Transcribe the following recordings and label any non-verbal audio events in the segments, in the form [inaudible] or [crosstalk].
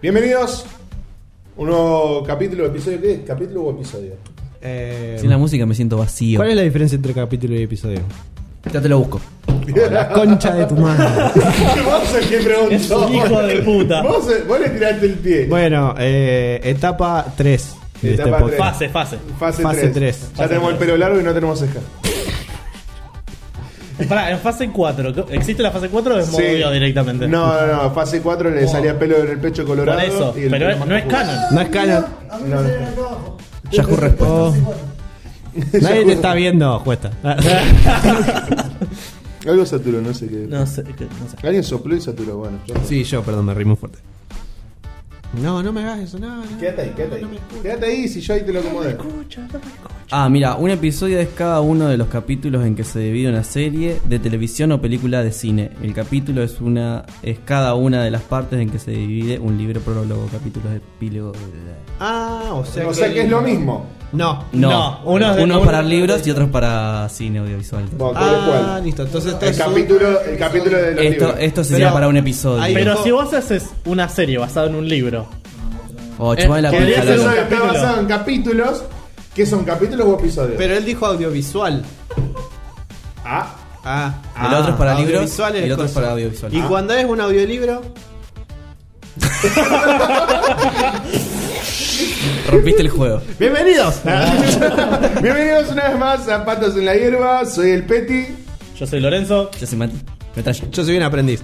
Bienvenidos. Un nuevo capítulo, episodio. ¿Qué es? ¿Capítulo o episodio? Eh, Sin la música me siento vacío. ¿Cuál es la diferencia entre capítulo y episodio? Ya te lo busco. [laughs] La concha de tu madre. Vos es que preguntó. Es un hijo de puta. Vos, vos le tiraste el pie. bueno, eh, etapa 3 de Etapa este podcast. tres. Fase, fase. Fase, Fase 3. tres. Ya tenemos el pelo largo y no tenemos cejas. Pará, en fase 4. ¿Existe la fase 4 o es Sí. movido directamente? No, no, no. Fase 4 le salía pelo en el pecho colorado. Por eso. y el Pero pelo es- más no es capudo. canon. No es canon. A No, mí me no. salieron acá abajo. Ya es respuesta. Oh, nadie te está viendo, Juesta. Ah, Algo saturó, no sé qué. No sé, que- no sé. Alguien sopló y saturó, bueno. ya está. sí, yo, perdón, me rimo fuerte. No, no me hagas eso, no, no. Quédate ahí, quédate ahí. Quédate ahí si yo ahí te lo acomodé. Ah, mira, un episodio es cada uno de los capítulos en que se divide una serie de televisión o película de cine. El capítulo es una es cada una de las partes en que se divide un libro prólogo, capítulos epílogo. bla, bla, bla. Ah, o sea, O sea que es lo mismo. No. No, No, uno unos de- para uno- libros y otros para cine audiovisual. Bueno, con lo Ah, cual. listo. Entonces este El es un- capítulo, el capítulo de los Esto, libros. esto sería Pero- para un episodio. ahí- Pero Dijo- si vos haces una serie basada en un libro. O Oh, chupame Eh, la podría pija, ser loco. un- Eso está capítulo. basado en capítulos. ¿Qué son capítulos o episodios? Pero él dijo audiovisual. Ah, [laughs] Ah. El otro es para libros audiovisual y el otro es cosa. para audiovisual. Y Ah. cuando es un audiolibro, Ah, Rompiste el juego. bienvenidos. Bienvenidos una vez más a Patos en la Hierba, soy el Peti. Yo soy Lorenzo. Yo soy Mati. Metralla. Yo soy un aprendiz.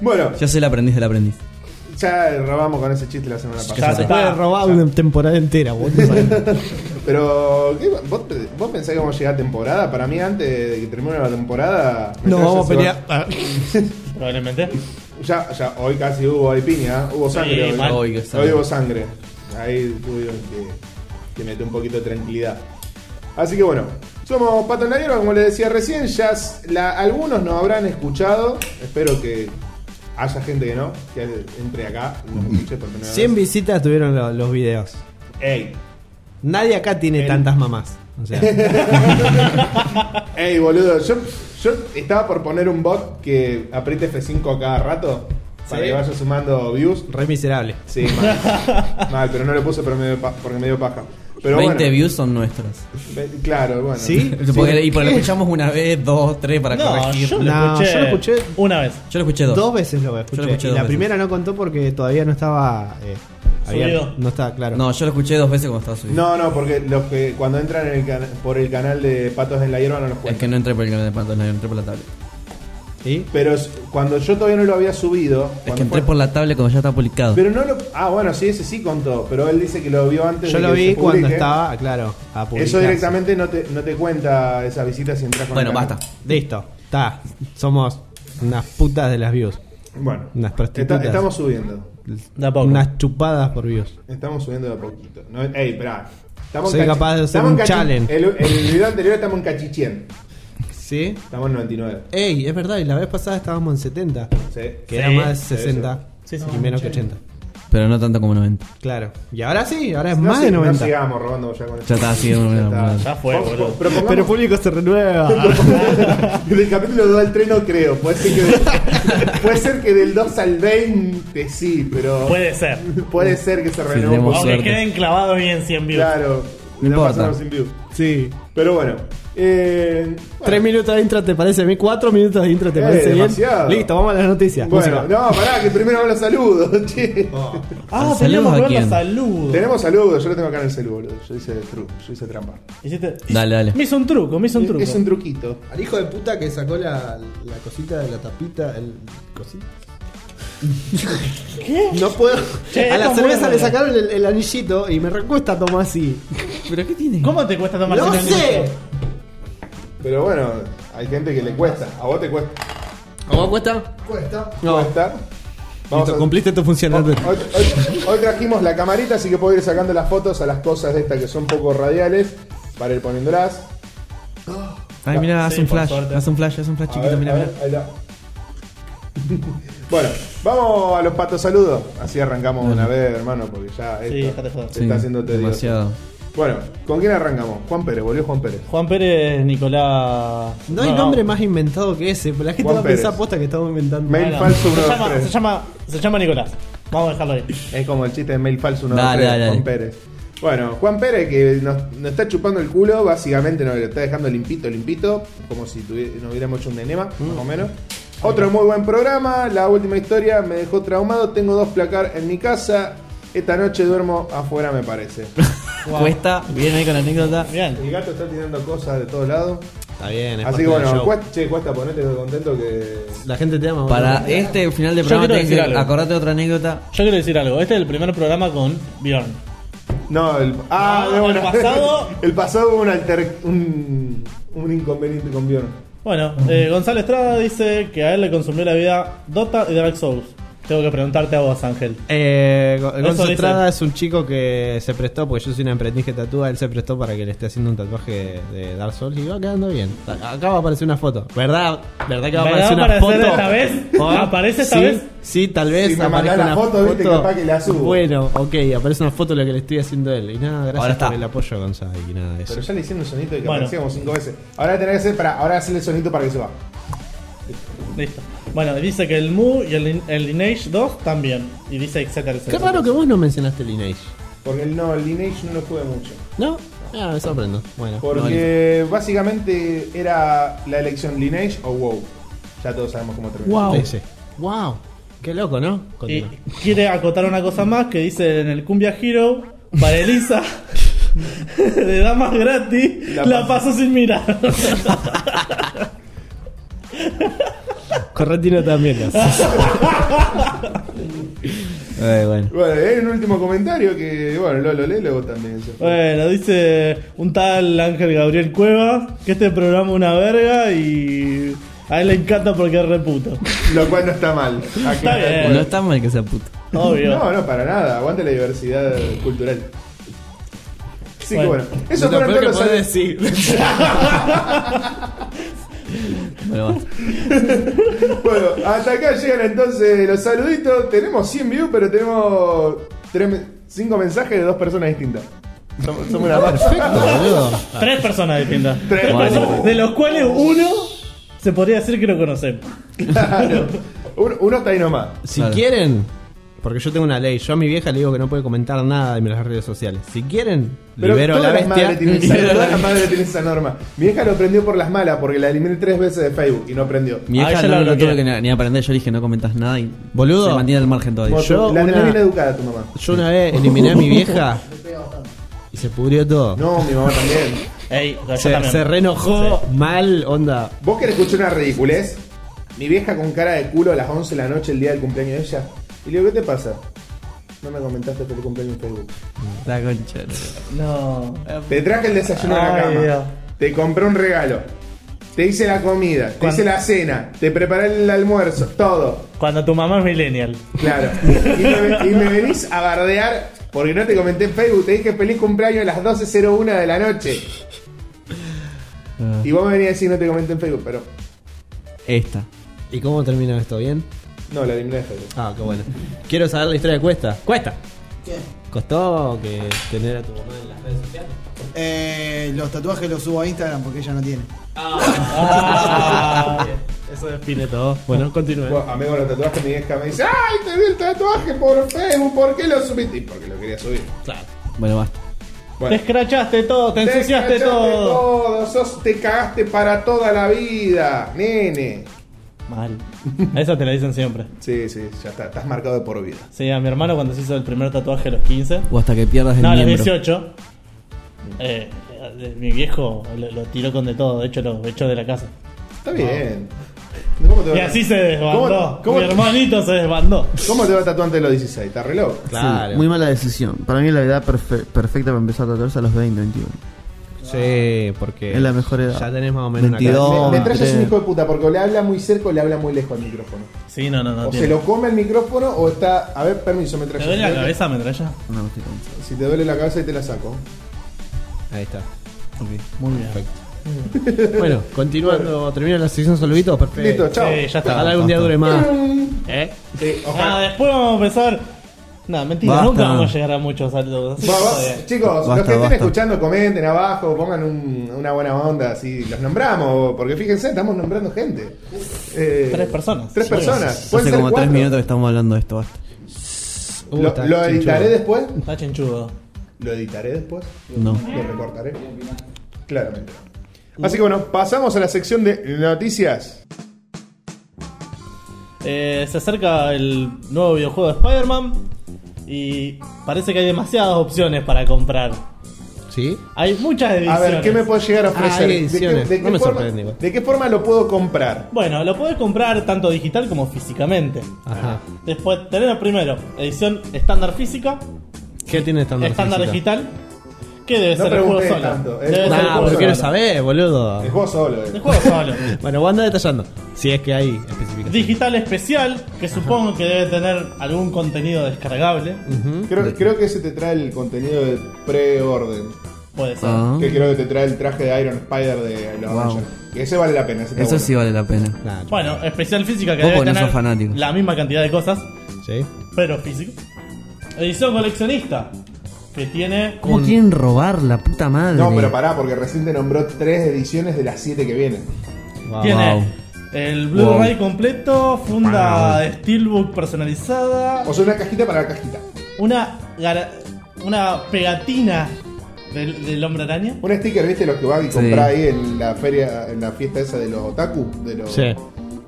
Bueno, Yo soy el aprendiz del aprendiz. ya robamos con ese chiste la semana Ya pasada. se Puede está. robar una temporada entera, Pero, ¿qué- vos, ¿vos pensás que vamos a llegar a temporada? Para mí, antes de que termine la temporada... [laughs] No, Metralla vamos a se va- pelear. [laughs] Ah, Probablemente. Ya, ya, hoy casi hubo de piña, ¿eh? hubo sangre. hoy, mal. Hoy que sangre. Hoy hubo sangre. Ahí tuvieron que, que meter un poquito de tranquilidad. Así que bueno, somos Pato en la Hierba, como les decía recién, ya s- la- algunos nos habrán escuchado, espero que haya gente que no, que entre acá y nos escuche por primera 100 vez. visitas tuvieron lo- los videos. Ey, Nadie acá tiene El- tantas mamás. O sea, [laughs] ey, boludo, yo, yo estaba por poner un bot que apriete F5 a cada rato para Sí. que vaya sumando views. re miserable. [laughs] Sí, mal. mal, pero no lo puse pero me dio pa- porque me dio paja. Pero 20 bueno, views son nuestros. ve- Claro, bueno. ¿Sí? Porque- y porque lo escuchamos una vez, dos, tres para No, corregir. yo lo, No, escuché yo lo escuché una vez. Yo lo escuché dos. Dos veces lo Yo escuché. lo escuché y dos la veces. primera no contó porque todavía no estaba. eh, Subido. abierto. no estaba claro. No, yo lo escuché dos veces cuando estaba [laughs] subido. No, no, porque los que cuando entran en el cana- por el canal de Patos en la Hierba no los Es cuentan. que no entré por el canal de Pato, no entré por la tablet. ¿Sí? Pero s- cuando yo todavía no lo había subido. Es cuando que entré fue- por la tablet cuando ya está publicado. Pero no lo. Ah, bueno, sí, ese sí contó. Pero él dice que lo vio antes Yo de lo que vi se publique. cuando estaba, claro, a Eso publicarse. directamente no te, no te cuenta esa visita si entras con bueno, el canal. basta. Listo, está. Somos unas putas de las views. Bueno, Unas prostitutas. Esta- estamos subiendo. Da poco. Unas chupadas por views. Estamos subiendo de a poquito. No, ey, esperá. Estamos Soy en cachi- capaz de hacer estamos en un cachi- challenge. El, el video anterior estamos en cachichien. ¿Sí? Estamos en 99. Ey, es verdad, y la vez pasada estábamos en 70. Sí. Que Sí, era más sí, 60 sí. Sí, sí. y menos que 80. Pero no tanto como 90. Claro. Y ahora sí, ahora es No más sig- de no 90. sigamos robando ya con esto. Ya está, sí, Ya una- está. una- Ya fue, Por- boludo. por- propongamos- Pero el público se renueva. [laughs] del capítulo 2 al 3 no creo. Puede ser que, de- puede ser que del [laughs] 2 al 20 sí, pero Puede ser. puede ser que se renueve tenemos un poco. Aunque suerte. queden clavados bien 100 views. Claro, No la importa. pasamos sin view. sí. Pero bueno, eh, Tres minutos de intro te parece a mí, cuatro minutos de intro te Eh, parece demasiado. bien. Listo, vamos a las noticias. bueno, Música. no, pará, que primero van los saludos. [laughs] che. Ah, ¿Saludos teníamos que a ver los quién? saludos. Tenemos saludos, yo lo tengo acá en el celu, boludo. Yo hice tru, yo hice trampa. Hiciste- Dale, dale. Me hizo un truco, me hizo un truco. Es un truquito. Al hijo de puta que sacó la, la cosita de la tapita, el cosita. ¿Qué? No puedo. Che, a la esto es cerveza bueno. eh. le sacaron el, el anillito y me recuesta tomar así. ¿Pero qué tiene? ¿Cómo te cuesta tomar ¡No sé! Pero bueno, hay gente que le cuesta. A vos te cuesta. ¿Cómo cuesta? Cuesta. No. Cuesta. Vamos Listo, a- cumpliste tu función, Hoy, Albert. hoy- hoy- hoy trajimos la camarita, así que puedo ir sacando las fotos a las cosas de estas que son poco radiales para ir poniéndolas. Ay, mira, Sí, hace un por flash, suerte. hace un flash, hace un flash A chiquito, ver, mira, a mira. ver, ahí está. bueno, vamos a los patos saludos. Así arrancamos Dale. una vez, hermano, porque ya Sí, esto déjate joder. se está haciendo este tedioso. demasiado. Bueno, ¿con quién arrancamos? Juan Pérez, volvió Juan Pérez. Juan Pérez, Nicolás. No hay nombre más inventado que ese. La gente Juan va a pensar Pérez. posta que estamos inventando. Mail Bueno, falso uno, se, dos, llama, tres. se, llama, se llama Nicolás. Vamos a dejarlo ahí. Es como el chiste de mail falso uno, Dale, dos, tres, dale, Juan dale. Pérez. Bueno, Juan Pérez que nos, nos está chupando el culo, básicamente nos lo está dejando limpito, limpito, como si tuvi- nos hubiéramos hecho un enema, Mm. más o menos. Otro muy buen programa, la última historia me dejó traumado, tengo dos placar en mi casa, esta noche duermo afuera me parece. Wow. Cuesta, bien ahí con la anécdota. Bien. El gato está tirando cosas de todos lados. Está bien, es Así parte que del bueno, show. cuesta, che, cuesta ponerte contento que... La gente te ama. Para boludo. este final de Yo programa quiero tenés decir que algo. acordarte de otra anécdota. Yo quiero decir algo. Este es el primer programa con Bjorn. No, el, ah, No, de el bueno. pasado- [laughs] el pasado hubo un, alter- un, un inconveniente con Bjorn. Bueno, eh, Gonzalo Estrada dice que a él le consumió la vida Dota y Dark Souls. Tengo que preguntarte a vos, Ángel. Eh, Go- Eso Gonzo dice. Estrada es un chico que se prestó, porque yo soy una aprendiz que tatúa, él se prestó para que le esté haciendo un tatuaje de Dark Souls y va quedando bien. A- Acá va a aparecer una foto. ¿Verdad? ¿Verdad que va a ¿Verdad aparecer una va a aparecer foto? esta vez? ¿Ah? ¿Aparece esta Sí, vez? Sí, tal vez. Si me aparezca mandás la una foto, viste, capaz que la subo. Bueno, ok, aparece una foto de lo que le estoy haciendo a él. Y nada, gracias Ahora está. por el apoyo, Gonzalo. Y nada, eso. Pero ya le hicieron un sonito de que Bueno. aparecíamos cinco veces. Ahora tenés que hacer para ahora hacerle el sonito para que se va. Listo. Bueno, dice que el Mu y el, Lin- el Lineage 2 también. Y dice etcétera, Qué etcétera. raro que vos no mencionaste Lineage. Porque el no, el Lineage no lo jugué mucho. ¿No? Ah, me sorprendo. Bueno, Porque básicamente era la elección Lineage o WoW. Ya todos sabemos cómo terminó. Wow. Wow. Wow. Qué loco, ¿no? Y Continúa. quiere acotar una cosa más que dice en el Cumbia Hero, para Elisa, [laughs] de damas gratis, La la, paso sin mirar. [laughs] Corretino también lo hace. Eh, bueno. Bueno, hay un último comentario que, bueno, Lolo Lelo también se fue. bueno, dice un tal Ángel Gabriel Cuevas que este programa es una verga y a él le encanta porque [laughs] es reputo. Lo cual no está mal. Aclarar bien. el No pueblo. está mal que sea puto. Obvio. No, no, para nada. Aguante la diversidad cultural. Así Bueno. que bueno, eso fueron todos los saludos. decir. Bueno, basta. Bueno, hasta acá llegan entonces los saluditos. Tenemos 100 views, pero tenemos 5 mensajes de dos personas distintas. Somos, somos una masa. [laughs] Perfecto, boludo. Tres personas distintas. Tres Tres Bueno. personas, de los cuales uno se podría decir que lo conocemos. [laughs] Claro. Uno, uno está ahí nomás. Si Claro. quieren, porque yo tengo una ley, yo a mi vieja le digo que no puede comentar nada de las redes sociales. Si quieren, Pero libero a la todas las bestia. madres tienen esa, Libero a la todas las madres tienen esa norma. Mi hija lo aprendió por las malas porque la eliminé tres veces de Facebook y no aprendió. Mi Ah, hija ella no, la no bloquea. tuve que ni, ni aprender, yo le dije no comentas nada y Boludo. se mantiene al margen todavía. Como Yo tú, la una- tenés bien educada tu mamá. Yo una vez eliminé a mi vieja y se pudrió todo. No, mi mamá también. Ey, yo se, también. se reenojó mal, onda. ¿Vos querés escuchar una ridiculez? Mi vieja con cara de culo a las 11 de la noche el día del cumpleaños de ella. Y le digo, ¿qué te pasa? No me comentaste por el cumpleaños en Facebook. La concha. No. Te traje el desayuno a la Ay, cama. Dios. Te compré un regalo. Te hice la comida. Te ¿Cuándo? hice la cena. Te preparé el almuerzo. Todo. Cuando tu mamá es millennial. Claro. Y me, y me venís a bardear porque no te comenté en Facebook. Te dije feliz cumpleaños a las 12.01 de la noche. Ah. Y vos me venís a decir no te comenté en Facebook. Pero Esta. ¿Y cómo terminó esto? ¿Bien? no, la eliminé de Facebook. Ah, qué bueno. Quiero saber la historia de Cuesta. ¡Cuesta! ¿Costó que tener a tu mamá en las redes sociales? Eh, los tatuajes los subo a Instagram porque ella no tiene. Ah, [laughs] Eso define todo. Bueno, continúe. Bueno, amigo, los tatuajes mi vieja me dice ¡Ay, te vi el tatuaje por Facebook! ¿Por qué lo subiste? Y porque lo quería subir. Claro. Bueno, basta. Te Bueno. escrachaste todo, te ensuciaste cachaste todo. todo sos- te cagaste para toda la vida, nene. Mal. Esa te la dicen siempre. Sí, sí, ya está, estás marcado de por vida. Sí, a mi hermano cuando se hizo el primer tatuaje a los 15. O hasta que pierdas el No, a los miembro. 18. eh, eh, mi viejo lo, lo tiró con de todo, de hecho lo echó de la casa. Está bien. ¿Cómo te va Y a- así se desbandó. ¿Cómo- cómo- Mi hermanito se desbandó. ¿Cómo te va a tatuar antes de los 16? ¿Estás reloj? Claro. Sí, muy mala decisión. Para mí la edad perfe- perfecta para empezar a tatuarse a los 20, 21. Sí, porque. Es la mejor edad. Ya tenés más o menos 22. una No, Me Metralla es un creo. hijo de puta porque o le habla muy cerca o le habla muy lejos al micrófono. Sí, no, no, no. o se lo come el micrófono o está. A ver, permiso, ¿Te metralla. duele si la cabeza, metralla? No, estoy cansado. Si te duele la cabeza y te la saco. clase. Ahí está. Muy bien. Bueno, continuando, termina la sección saluditos, perfecto. Listo, chao. Sí, ya está. Ojalá algún día dure más. ¿Eh? Sí, Ah, ojalá. después vamos a empezar. No, mentira, Basta. nunca vamos a llegar a muchos saludos. Va, va, chicos, los Basta, que estén basta. escuchando, comenten abajo, pongan un- una buena onda, así los nombramos, porque fíjense, estamos nombrando gente. Eh, Tres personas. Tres Sí, personas. Pueden Hace ser como cuatro. tres minutos que estamos hablando de esto. Basta. Uh, Lo, está lo editaré chinchudo. después. Está chinchudo. Lo editaré después. No. Lo recortaré. Claramente. Así que bueno, pasamos a la sección de noticias. Eh, se acerca el nuevo videojuego de Spider-Man y parece que hay demasiadas opciones para comprar. ¿Sí? Hay muchas A ediciones. ver, ¿qué me puedes llegar a Ah, ofrecer? hay ¿De qué, ediciones. de qué No me forma, sorprende igual. ¿De qué forma lo puedo comprar? Bueno, lo podés comprar tanto digital como físicamente. Ajá. Después tenemos primero edición estándar física, ¿Qué tiene estándar? estándar física? digital, que debe No ser el juego preguntes solo. tanto, eh. es- Debe ser No, el Nah, juego pero solo. quiero saber, boludo. El juego solo. eh. El juego solo. Bueno, vos andá detallando. Si es que hay especificaciones. Digital especial, que supongo que debe tener algún contenido descargable. Ujú. Creo, creo que ese te trae el contenido de pre-orden. Puede ser. Ah. Que creo que te trae el traje de Iron Spider de los Wow. Avengers. Que ese vale la pena. ese está Eso sí bueno. vale la pena. Nah, Bueno, especial física que Vos debe porque no tener sos fanático. la misma cantidad de cosas, ¿Sí? pero físico. Edición coleccionista, que tiene ¿Cómo un- quieren robar la puta madre? No, pero pará, porque recién te nombró tres ediciones de las siete que vienen. Wow. tiene wow. el Blu-ray Wow. completo, funda Wow. Steelbook personalizada, O sea, una cajita para la cajita. una gara- una pegatina del, del Hombre Araña. Un sticker, ¿viste? Los que vas y Sí. comprar ahí en la feria, en la fiesta esa de los otaku. De los, Sí. de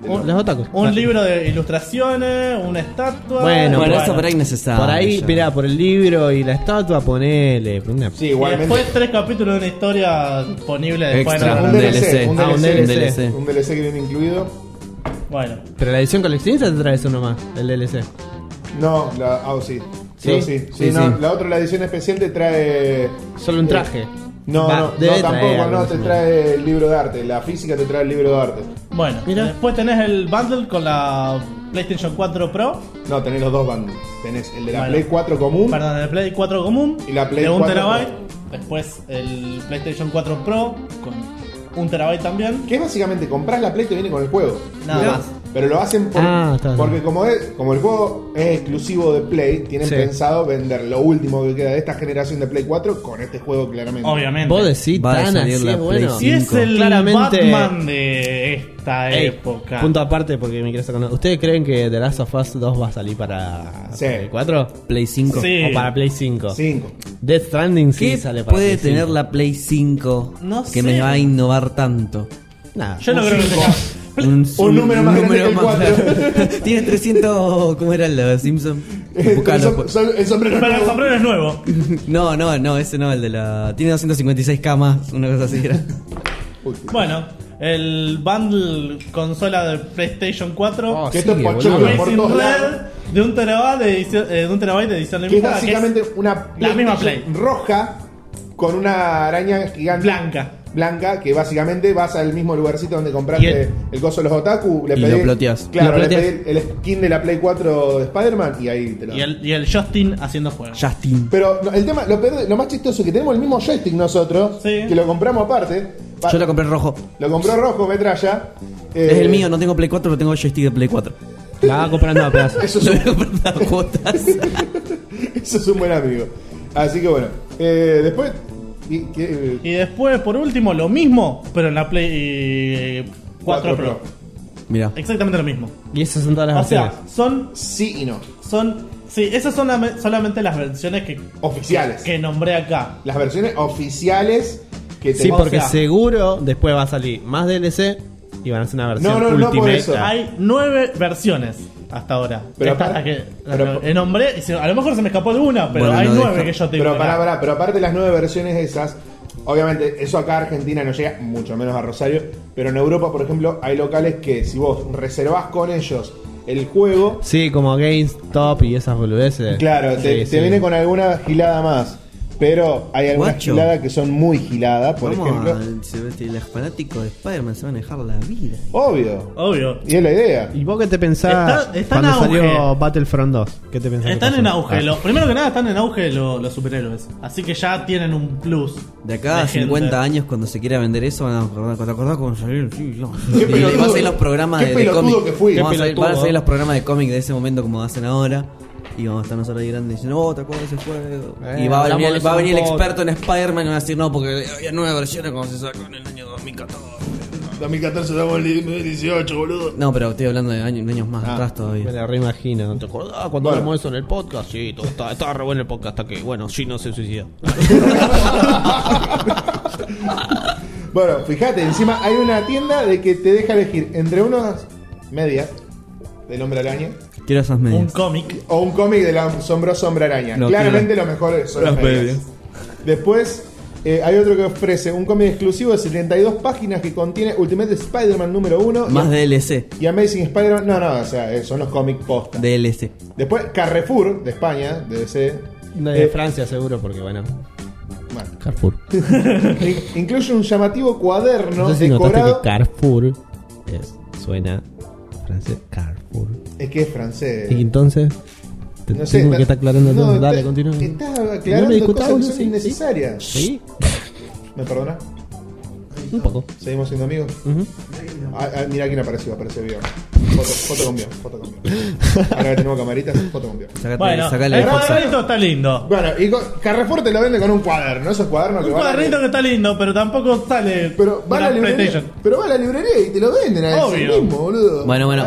los- Los otakus. Un Ah. libro de ilustraciones, una estatua. Bueno, Bueno, pero eso por ahí necesario. Por ahí, mirá, por el libro y la estatua, ponele. Una... Sí, Y igualmente. después tres capítulos de una historia disponible después Extra. en un otro- de- DLC, un Ah, DLC, un DLC. un DLC que viene incluido. Bueno, Pero la edición coleccionista te traes uno más, el DLC. No, la. Ah, oh, sí. Sí. No, sí. Sí, Sí, no, sí. La otra, la edición especial, te trae. eh, Solo un traje. No, Va, no, debe no, tampoco, traer no, algo te más. trae el libro de arte. La física te trae el libro de arte. bueno. Mira. Después tenés el bundle con la PlayStation 4 Pro. No, tenés los dos bandos. Tenés el de la Bueno. Play 4 común. Perdón, el Play 4 común. Y la Play de un 4 terabyte. Después el PlayStation 4 Pro con un terabyte también. Que es básicamente compras la Play y te viene con el juego. Nada Pero- más. Pero lo hacen por- Ah, está bien. porque como, es, como el juego es exclusivo de Play, tienen Sí. pensado vender lo último que queda de esta generación de Play 4 con este juego claramente. Obviamente. Vos decís Va a tan salir así, la es bueno. Play Si es cinco. el Claramente- Batman de esta Ey, época. Punto aparte porque me quiero sacar una- ¿Ustedes creen que The Last of Us 2 va a salir para Sí. Play 4? Play 5. Sí. ¿O para Play 5? 5. Death Stranding sí ¿Qué sale para puede Play tener 5. la Play 5 No que sé. me va a innovar tanto? Nada. Yo no creo que sea. [laughs] Un número más grande que el grande. Tiene 300. ¿Cómo era el de [laughs] Simpson? el, Buscalo, som- pues. som- el sombrero Pero el nuevo. sombrero es nuevo. No, no, no, ese no, el de la. Tiene 256 camas, una cosa así era. Uy, Bueno, el bundle consola de PlayStation 4. Oh, que esto sí, es boludo. pochudo por Racing todos Red lados. de un terabyte de edición, eh, de un terabyte de edición Que es limitada, que es básicamente una la misma Play. roja con una araña gigante Blanca. blanca que básicamente vas al mismo lugarcito donde compraste el, el- coso de los otaku le Y pedís- lo ploteás. claro Lo le ploteás. pedís el skin de la play 4 de Spider-Man y ahí te lo Y el, y el Justin haciendo juego. Justin. pero no, el tema lo, peor de- lo más chistoso es que tenemos el mismo joystick nosotros Sí. que lo compramos aparte Pa- Yo la compré en rojo. lo compró rojo metralla Ah. Eh, Es el mío, no tengo Play 4, pero tengo joystick de Play 4. La va comprando a plazo. eso es [laughs] Lo un- voy a comprar a cuotas. [laughs] eso es un buen amigo así que bueno eh, después y- que- eh, Y después, por último, lo mismo, pero en la Play 4 Pro. Mira. Exactamente lo mismo. Y esas son todas las O sea, versiones. son. Ah, sí y no son sí, esas son la- solamente las versiones que, oficiales que nombré acá. las versiones oficiales que te sí, o porque sea- seguro después va a salir más DLC y van a hacer una versión No, no, no Ultimate. por eso. Ah, Hay nueve versiones hasta ahora. Pero Estas para- las que las pero- que nombré. y se- A lo mejor se me escapó alguna, pero Bueno, hay no, nueve deja- que yo tengo. Pero acá. pará, pará, pero aparte de las nueve versiones esas, obviamente eso acá a Argentina no llega, mucho menos a Rosario, pero en Europa, por ejemplo, hay locales que si vos reservás con ellos el juego, Sí, como GameStop y esas boludeces. claro, te, Sí, te sí. viene con alguna gilada más. Pero hay algunas Guacho. giladas que son muy giladas, por Vamos ejemplo. al- se- se- los fanáticos de Spider-Man se van a dejar la vida. Obvio. Obvio. Y es la idea. ¿Y vos qué te pensás Está- está en cuando auge. salió Battlefront 2? ¿Qué te pensás? que Están pasó? en auge. Ah. lo- primero que nada, están en auge lo- los superhéroes. Así que ya tienen un plus. De acá a gente. 50 años, cuando se quiera vender eso, van a acordar, ¿te acordás cuando salieron? Sí, no. Qué Y pelotudo- Van a salir los programas qué de, de pelotudo cómic. que fui. Van a Qué salir- pelotudo. van a salir los programas de cómic de ese momento como hacen ahora. Y vamos a estar nosotros ahí grandes diciendo, oh, ¿te acuerdas de ese juego? Eh, y va a hablamos venir, de va a eso venir el un poco. experto en Spider-Man y van a decir, no, porque había nueve versiones como se sacó en el año 2014. 2014 estamos en 2018, boludo. No, pero estoy hablando de años, de años más Ah, atrás todavía. Me la reimagino. ¿Te acordás cuando Bueno. hablamos de eso en el podcast? Sí, todo estaba, estaba re bueno el podcast hasta que, bueno, sí, no se suicidó. Bueno, fíjate, encima hay una tienda de que te deja elegir entre unas medias del hombre araña Quiero esas medias. Un cómic. o un cómic del asombroso hombre araña. No, Claramente lo mejor son las Las medias. medias. Después eh, hay otro que ofrece un cómic exclusivo de 72 páginas que contiene Ultimate Spider-Man número 1 Más DLC. y Amazing Spider-Man. No, no, o sea, eh, son los cómics posta. DLC. Después Carrefour de España, de [laughs] DC. No, de Eh, Francia, seguro, porque, bueno, bueno. Carrefour. In- incluye un llamativo cuaderno No sé si notaste decorado. que Carrefour es- suena francés. Carrefour. es que es francés. Y entonces, te Eh, No sé, tengo ta- que estar aclarando no, todo. Dale, te- continúa. te Estás No me aclarando cosas discutás, que boludo, son sí, innecesarias. Sí, ¿Me perdona? un poco. ¿Seguimos siendo amigos? Ujú. Ah, ah, mirá quién apareció, apareció Bion. Foto, foto con Bion, foto con Bion. Ahora que tenemos camaritas, foto con Bion. Sacate, Bueno, sacale el la foto. cuadernito está lindo. Bueno, y co- Carrefour te lo vende con un cuaderno, esos cuadernos Un que van a- cuadernito que está lindo, pero tampoco sale. Pero va, a la para librería, PlayStation. pero va a la librería y te lo venden a ese Obvio. mismo, boludo. Bueno, bueno.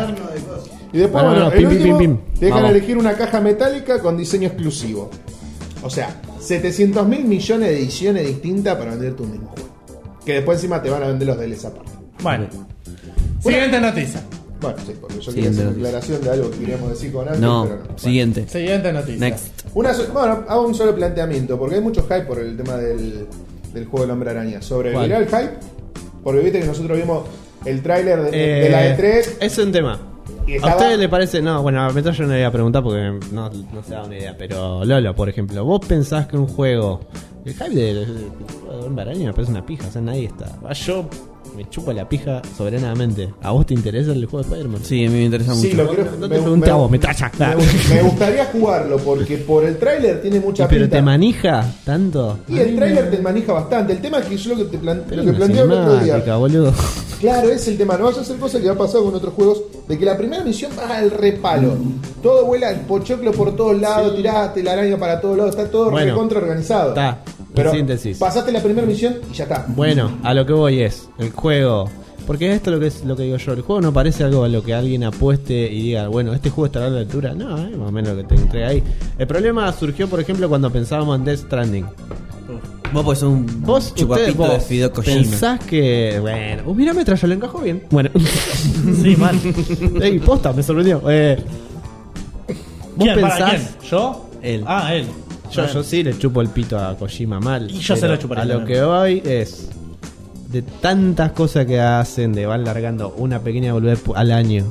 Y después, Bueno, bueno, bueno, el pim, pim, último, pim, pim. te dejan Vamos. elegir una caja metálica con diseño exclusivo. O sea, 700 mil millones de ediciones distintas para venderte un mismo juego. Que después encima te van a vender los DLC aparte. Bueno. Siguiente noticia. Bueno, sí, porque yo Siguiente quería hacer una noticia. aclaración de algo que queríamos decir con antes, No, pero no. Bueno. siguiente. Siguiente noticia. Next. Una so- bueno, hago un solo planteamiento, porque hay mucho hype por el tema del, del juego del hombre araña. ¿Sobrevivirá el hype? Porque viste que nosotros vimos el tráiler de, de la E E3 Eh, Es un tema. y ¿A estaba... ustedes le parece? No, bueno, a Metal yo no le voy a preguntar porque no, no se da una idea. Pero Lolo, por ejemplo, ¿vos pensás que un juego. El hype de, de, de Hombre Araña me parece una pija, o sea, nadie está. Ah, Yo me chupo la pija soberanamente. ¿A vos te interesa el juego de Spider-Man? Sí, a mí me interesa mucho. Sí, lo quiero... No te pregunté a vos, metralla. me gu- me gustaría jugarlo porque por el tráiler tiene mucha Pero pinta. te manija tanto. y el tráiler te manija bastante. El tema es que yo lo que te plan- Pero lo que una planteé el otro día. cinemática, boludo. Claro, es el tema. No vas a hacer cosas que ha pasado con otros juegos. De que la primera misión vas al repalo. Todo vuela el pochoclo por todos lados. Tirás telaraña para todos lados. Está todo Bueno. recontra organizado. Está. En Pero síntesis. Ah, pasaste la primera misión y ya está. Bueno, a lo que voy es, el juego. Porque esto es lo que es lo que digo yo, el juego no parece algo a lo que alguien apueste y diga, bueno, este juego estará a la altura. No, es más o menos lo que te entrega ahí. El problema surgió, por ejemplo, cuando pensábamos en Death Stranding. Vos pues un Vos, ustedes, chupapito de vos Fideo Kojima. pensás que, bueno, uh, mira, me trajo, lo encajó bien. Bueno, Sí, [laughs] mal. [laughs] ey, posta, me sorprendió. Eh, vos ¿Quién? ¿Para pensás, quién? ¿Yo? Él. Ah, él. yo, Bueno. yo sí le chupo el pito a Kojima mal. Y yo se pero lo chuparía A lo también. que voy es. De tantas cosas que hacen, de van largando una pequeña boludez pu- al año.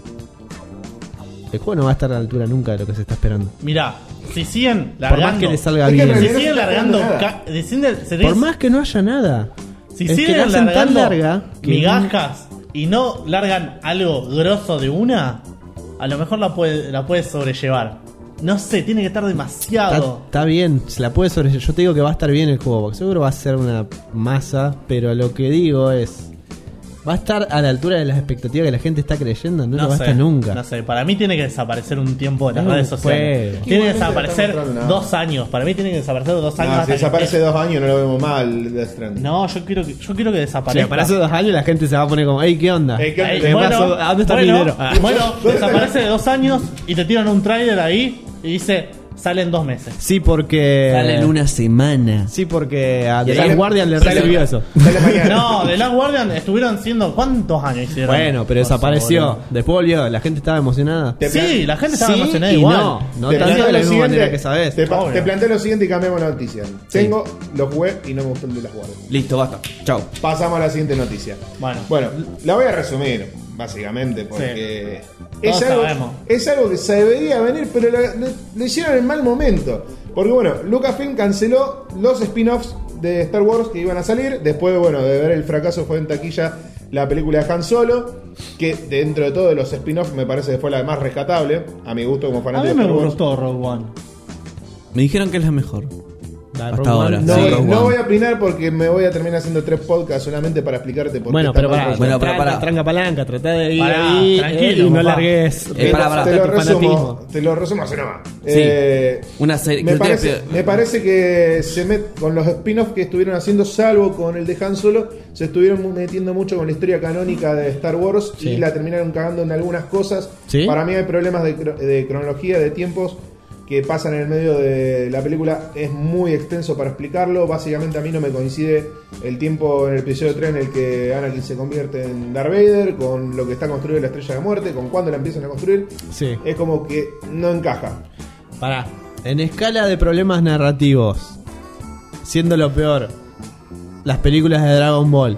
El juego no va a estar a la altura nunca de lo que se está esperando. Mirá, si siguen Por largando. más que le salga Es que en bien. Si realidad- siguen No se está largando. haciendo ca- si siguen- si- Por más que no haya nada. Si es que la siguen hacen tan largando larga. que- migajas y no largan algo grosso de una, a lo mejor la puede, la puedes sobrellevar. No sé, tiene que estar Está, demasiado. está bien, se la puede sobre. Yo te digo que va a estar bien el juego, porque seguro va a ser una masa, pero lo que digo es. ¿Va a estar a la altura de las expectativas que la gente está creyendo? No, lo va a estar nunca. pues. No sé, para mí tiene que desaparecer un tiempo de las Es un redes sociales. juego. Tiene que Igualmente desaparecer no está mostrando nada. dos años. Para mí tiene que desaparecer dos años. Ah, si hasta que- desaparece dos años no lo vemos mal. Death Stranding. No, yo quiero que, yo quiero que Si desaparezca. aparece dos años la gente se va a poner como, ¡Ey, qué onda! Ey, ¿qué onda? Ahí, ¿Qué bueno, pasó? ¿A ¿Dónde está mi bueno, dinero? Ah. [laughs] bueno, desaparece de dos años y te tiran un trailer ahí y dice, sale en dos meses. Sí, porque. Sale en una semana. Sí, porque a Y The ahí- Last Guardian le Sale- recibió [laughs] eso. sale mañana. [laughs] No, The Last Guardian estuvieron siendo. ¿Cuántos años hicieron? Bueno, pero Por desapareció. favor. Después volvió, la gente estaba emocionada. Te Sí, plan- la gente estaba Sí emocionada y igual. no. No Te tanto planteo de la lo misma siguiente, manera que sabes. Te, pa- Obvio. te planteo lo siguiente y cambiamos la noticia. Tengo, lo jugué y no me gustó el de las guardias. Listo, basta. Chau. Pasamos a la siguiente noticia. Bueno. Bueno, la voy a resumir. Básicamente, porque Todos es, algo, sabemos. es algo que se veía venir, pero la- le, le hicieron en mal momento. Porque bueno, Lucasfilm canceló los spin-offs de Star Wars que iban a salir. Después, bueno, de ver el fracaso fue en taquilla la película de Han Solo, que dentro de todos los spin-offs me parece que fue la más rescatable, a mi gusto como A fanático mí de me Star Wars. gustó Rogue One. Me dijeron que es la mejor. La Hasta Rogue ahora. One, No, Sí, voy- Rogue no One. voy a opinar porque me voy a terminar haciendo tres podcasts solamente para explicarte por qué. Bueno, está pero mal pará, hecho. Bueno, pero tranca, pará. tranca palanca, tratá de ir Pará, ahí, tranquilo, eh, y no papá. largues. Eh, pará, pará. Te tu lo resumo, fanatismo. te lo resumo así nomás. Sí. Eh, Una serie- Me creo que parece, ustedes- me parece que se met- con los spin-offs que estuvieron haciendo, salvo con el de Han Solo, se estuvieron metiendo mucho con la historia canónica de Star Wars Sí. y la terminaron cagando en algunas cosas. Sí. Para mí hay problemas de, cro- de cronología, de tiempos que pasan en el medio de la película. Es muy extenso para explicarlo. Básicamente a mí no me coincide el tiempo en el episodio 3 en el que Anakin se convierte en Darth Vader, con lo que está construida la Estrella de la Muerte, con cuándo la empiezan a construir. Sí. Es como que no encaja. Pará. En escala de problemas narrativos, siendo lo peor, las películas de Dragon Ball.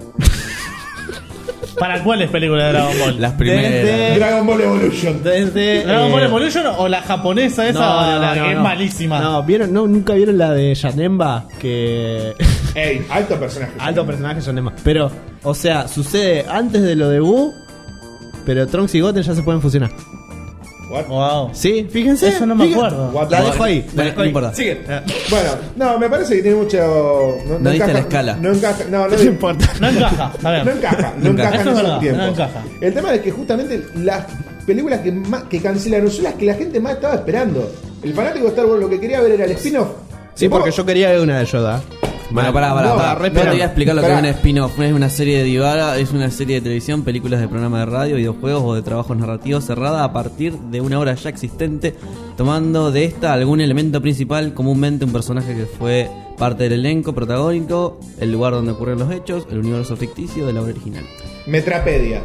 ¿Para cuáles películas de Dragon Ball? Las primeras. Desde- Dragon Ball Evolution. Desde. ¿Dragon Ball eh, Evolution o la japonesa esa? o la que es malísima. No, ¿vieron? No, nunca vieron la de Yanemba, que. Ey, alto personaje. [laughs] Alto personaje Yanemba. Pero, o sea, sucede antes de lo de Buu, pero Trunks y Goten ya se pueden fusionar. What? Wow. Sí, fíjense. Eso no me fíjense. acuerdo. What? La dejo ahí. Bueno, la dejo no ahí. importa. Eh, Sigue. Bueno, no, me parece que tiene mucho. No, No diste la escala. No encaja. No, [laughs] no, no, No encaja. A ver. encaja. No encaja No encaja. en Eso es esos verdad, tiempos. no encaja. El tema es que justamente las películas que, más, que cancelaron son las que la gente más estaba esperando. El fanático de Star Wars lo que quería ver era el spin-off. Sí, porque yo quería ver una de Yoda. Bueno, pará, pará, No, pará. re- No te voy pará. a explicar lo Pará. que es un spin-off. No es una serie de Divara, es una serie de televisión, películas de programa de radio, videojuegos o de trabajos narrativos cerrada a partir de una obra ya existente, tomando de esta algún elemento principal, comúnmente un personaje que fue parte del elenco protagónico, el lugar donde ocurren los hechos, el universo ficticio de la obra original. Metrapedia.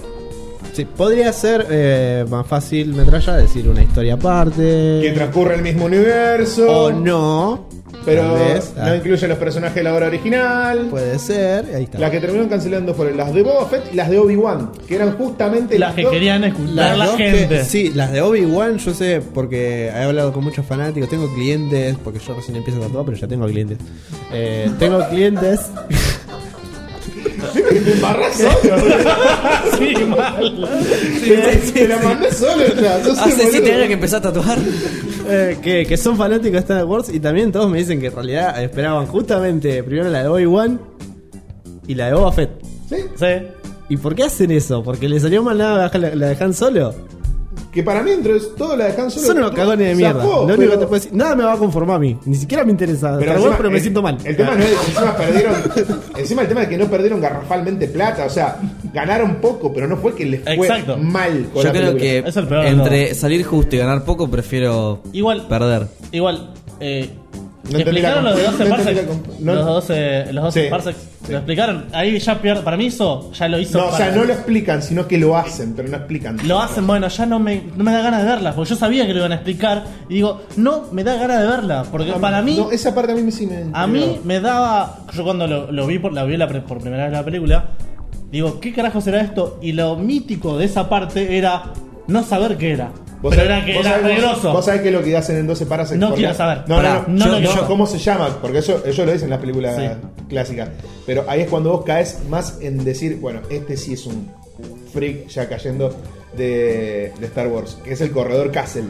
Sí, podría ser eh, más fácil, metralla, decir una historia aparte. Que transcurre el mismo universo. O no. Pero tal vez. no Ah, incluye los personajes de la obra original. puede ser. Ahí está. Las que terminaron cancelando fueron las de Boba Fett y las de Obi-Wan. Que eran justamente Las que dos- querían escuchar la dos que- gente. sí, las de Obi-Wan, yo sé, porque he hablado con muchos fanáticos. Tengo clientes, porque yo recién empiezo a tatuar, pero ya tengo clientes. Eh, [laughs] tengo clientes. Te [laughs] embarrás solo, boludo. [laughs] Sí, mal. [laughs] Te- Te la mandás solo ya. Sos un Hace boludo. 7 años que empecé a tatuar. [laughs] Eh, que, que son fanáticos de Star Wars y también todos me dicen que en realidad esperaban justamente primero la de Obi-Wan y la de Boba Fett. Sí, Sí. ¿Y por qué hacen eso? ¿Porque le salió mal nada la, la de Han Solo? que para mí entre todo la dejan solo. Son unos cagones de mierda. Zafó, Lo único pero- que te puedo decir, nada me va a conformar a mí. Ni siquiera me interesa Star Wars, encima, pero me el- siento mal. El tema no es encima perdieron. encima el tema es que no perdieron garrafalmente plata. O sea, ganaron poco, pero no fue que les fue Exacto. mal con Yo la creo película. que Es el peor de entre salir justo y ganar poco, prefiero Igual. perder. Igual. Eh, No entendí la explicaron los de comp- 12 no entendí la parsecs. comp- no- los 12, los 12 Sí, parsecs. sí. Lo explicaron. Ahí ya pierde. Para mí eso ya lo hizo. No, o sea, para- no lo explican, sino que lo hacen, pero no explican. Lo hacen, bueno, ya no me, no me da ganas de verlas, porque yo sabía que lo iban a explicar. Y digo, no, me da ganas de verlas, porque No, para mí, No, esa parte a mí me- sí me. a mí me daba. Yo cuando lo, lo vi, por, la vi la pre- por primera vez la película, digo, ¿qué carajo será esto? Y lo mítico de esa parte era no saber qué era. Vos Pero sabés- era que vos era sabés- peligroso. Vos sabés que lo que hacen en 12 paras No quiero saber. No, Pará, no, no. no Yo- lo quiero yo- saber. ¿Cómo se llama? Porque eso ellos lo dicen en las películas Sí. clásicas. Pero ahí es cuando vos caes más en decir, bueno, este sí es un freak ya cayendo de, de Star Wars, que es el corredor Castle.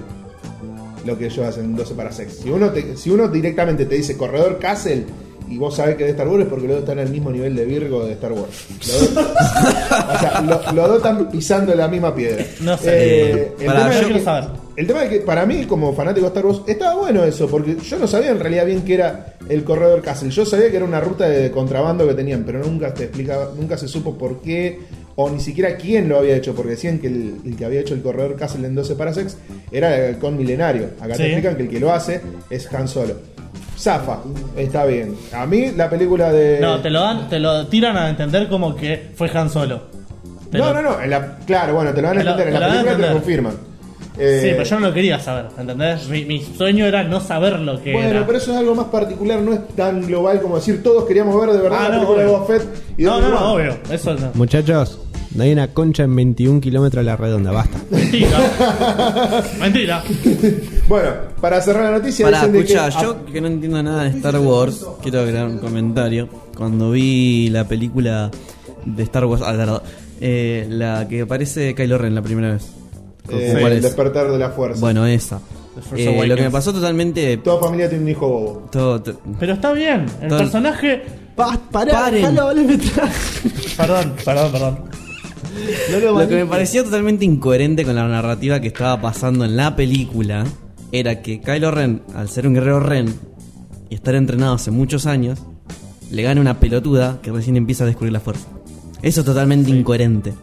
Lo que ellos hacen en 12 para sex. Si uno, te- si uno directamente te dice corredor Castle y vos sabés que es de Star Wars es porque los dos están al mismo nivel de Virgo de Star Wars. Los [laughs] dos- o sea, lo- los dos están pisando la misma piedra. No sé. Eh, el Pará, tema yo es que- quiero saber. el tema es que para mí, como fanático de Star Wars, estaba bueno eso, porque yo no sabía en realidad bien qué era el corredor Castle. Yo sabía que era una ruta de contrabando que tenían, pero nunca te explicaba, nunca se supo por qué o ni siquiera quién lo había hecho, porque decían que el, el que había hecho el corredor Castle en 12 Parasex era el con milenario. Acá Sí. te explican que el que lo hace es Han Solo. Zafa, está bien. A mí la película de... No, te lo dan, te lo tiran a entender como que fue Han Solo. Te no, lo- no, no, en la- claro, bueno, te lo van a Te lo- entender, en te lo la van a película te lo entender. confirman. Sí, Eh, pero yo no lo quería saber, ¿entendés? Mi, mi sueño era no saber lo que Bueno, era. pero eso es algo más particular, no es tan global como decir todos queríamos ver de verdad Ah, la no, película de obvio. Boba Fett y no, de no, no, Obi-Wan. obvio. Eso no. Muchachos, No hay una concha en 21 kilómetros a la redonda, basta. [laughs] Mentira. Mentira. [laughs] Bueno, para cerrar la noticia, Para dicen de que- ah, escuchar, yo que no entiendo nada de Star Wars, quiero agregar un comentario. Cuando vi la película de Star Wars, ah, la, eh, la que aparece Kylo Ren la primera vez. eh, ¿Cuál el es? despertar de la fuerza. Bueno, esa. The Force Eh, lo Awakens. que me pasó totalmente. Toda familia tiene un hijo bobo. Todo, to- Pero está bien. El Ton- personaje. pará, Paren. dejalo, Perdón, perdón, perdón. Lo que me parecía totalmente incoherente con la narrativa que estaba pasando en la película era que Kylo Ren, al ser un guerrero Ren y estar entrenado hace muchos años, le gana una pelotuda que recién empieza a descubrir la fuerza. Eso es totalmente incoherente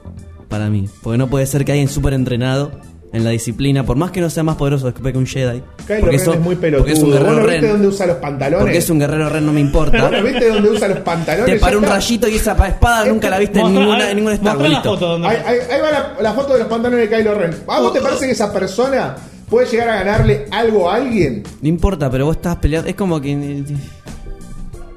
para mí, porque no puede ser que alguien súper entrenado en la disciplina, por más que no sea más poderoso que un Jedi, Kylo porque Ren eso- es muy porque pelotudo. es un ¿Vos guerrero no viste dónde Ren, usa los pantalones? porque es un guerrero Ren no me importa. ¿Vos no viste dónde usa los pantalones? Te paró Ya un está. rayito y esa espada nunca la viste en Mostrá- ninguna, a- en ningún Star mostrá Wars. la foto donde- Ahí, ahí- ahí va la, la foto de los pantalones de Kylo Ren. ¿A vos te parece que esa persona puede llegar a ganarle algo a alguien? No importa, pero vos estás peleando. Es como que. eh,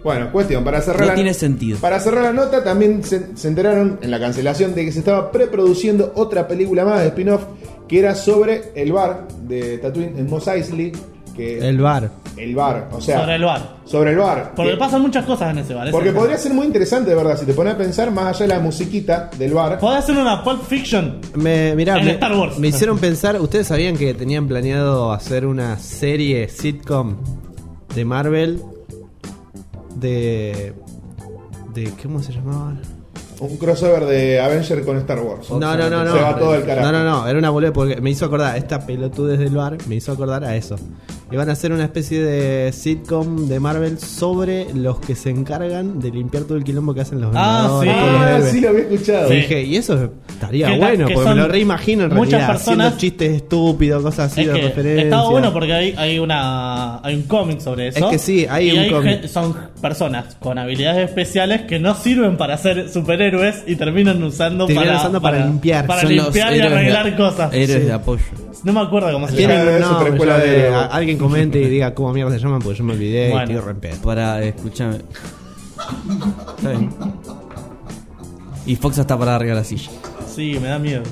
Bueno, cuestión, para cerrar No la tiene sentido. Para cerrar la nota, también se, se enteraron en la cancelación de que se estaba preproduciendo otra película más de spin-off que era sobre el bar de Tatooine en Mos Eisley. Que El bar. el bar, o sea, Sobre el bar. sobre el bar. Porque Que- pasan muchas cosas en ese bar. ese porque es el- podría ser muy interesante, de verdad, si te pones a pensar más allá de la musiquita del bar. Podés hacer una Pulp Fiction. Me, mirá, En me, Star Wars. me hicieron pensar, ustedes sabían que tenían planeado hacer una serie sitcom de Marvel de... de ¿Cómo se llamaba? Un crossover de Avenger con Star Wars. No, no, no, no. Se va todo al carajo. No, no, no, era una boludez porque me hizo acordar, esta pelotudez del bar me hizo acordar a eso. Iban a hacer una especie de sitcom de Marvel sobre los que se encargan de limpiar todo el quilombo que hacen los Ah, sí. Vengadores con los Ah, héroes. sí, lo había escuchado. Y Sí. dije, y eso estaría Que la- bueno, que porque me son lo reimagino en muchas realidad, personas- haciendo chistes estúpidos, cosas así Es de que referencia. estaba bueno porque hay, hay una hay un cómic sobre eso. Es que sí, hay Y un cómic. gen- Son personas con habilidades especiales que no sirven para ser superhéroes y terminan usando, Terminan para, usando para limpiar. Para Son los limpiar y héroes de- arreglar cosas. Héroes de apoyo. No me acuerdo cómo se ¿Quién llama. Cada ¿Tienen vez un nombre? superescuela Ya, de- eh, a- alguien comente y diga cómo mierda se llaman, porque yo me olvidé Bueno. y estoy re en pedo. Para, escúchame. Está bien. Y Fox está para arriba de la silla. Sí, me da miedo.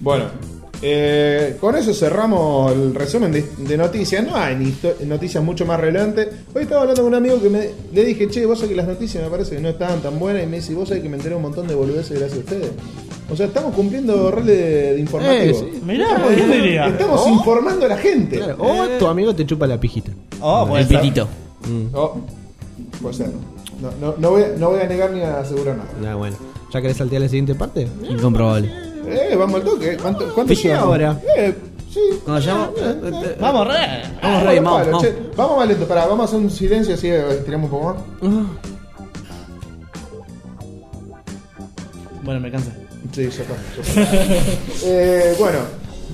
Bueno, eh, con eso cerramos el resumen de, de noticias. No hay ni to- noticias mucho más relevantes. Hoy estaba hablando con un amigo que me, le dije, che, vos sabés que las noticias me parece que no estaban tan buenas. Y me dice, vos sabés que me enteré un montón de boludeces gracias a ustedes. O sea, estamos cumpliendo roles de, de informativo. Eh, sí. Mirá, ¿quién diría? Estamos informando a la gente. Claro, O tu amigo te chupa la pijita. Oh, puede El ser. pitito. Oh, puede ser. No, no, no voy, a- no voy a negar ni a asegurar nada. Ah, bueno. ¿Ya querés saltear la siguiente parte? Incomprobable. Eh, vamos al toque. ¿Cuánto, cuánto Pillé llevamos? ahora. Eh, sí. Eh, ¿Cómo se llama? eh, Vamos, Vamos, re. Rey, Vamos, vamos, palo, vamos. Ah, che. Vamos más lento, pará, vamos a hacer un silencio así, eh, tiramos un poco más. Bueno, me cansé. Sí, ya está. ya está. [laughs] Eh, bueno,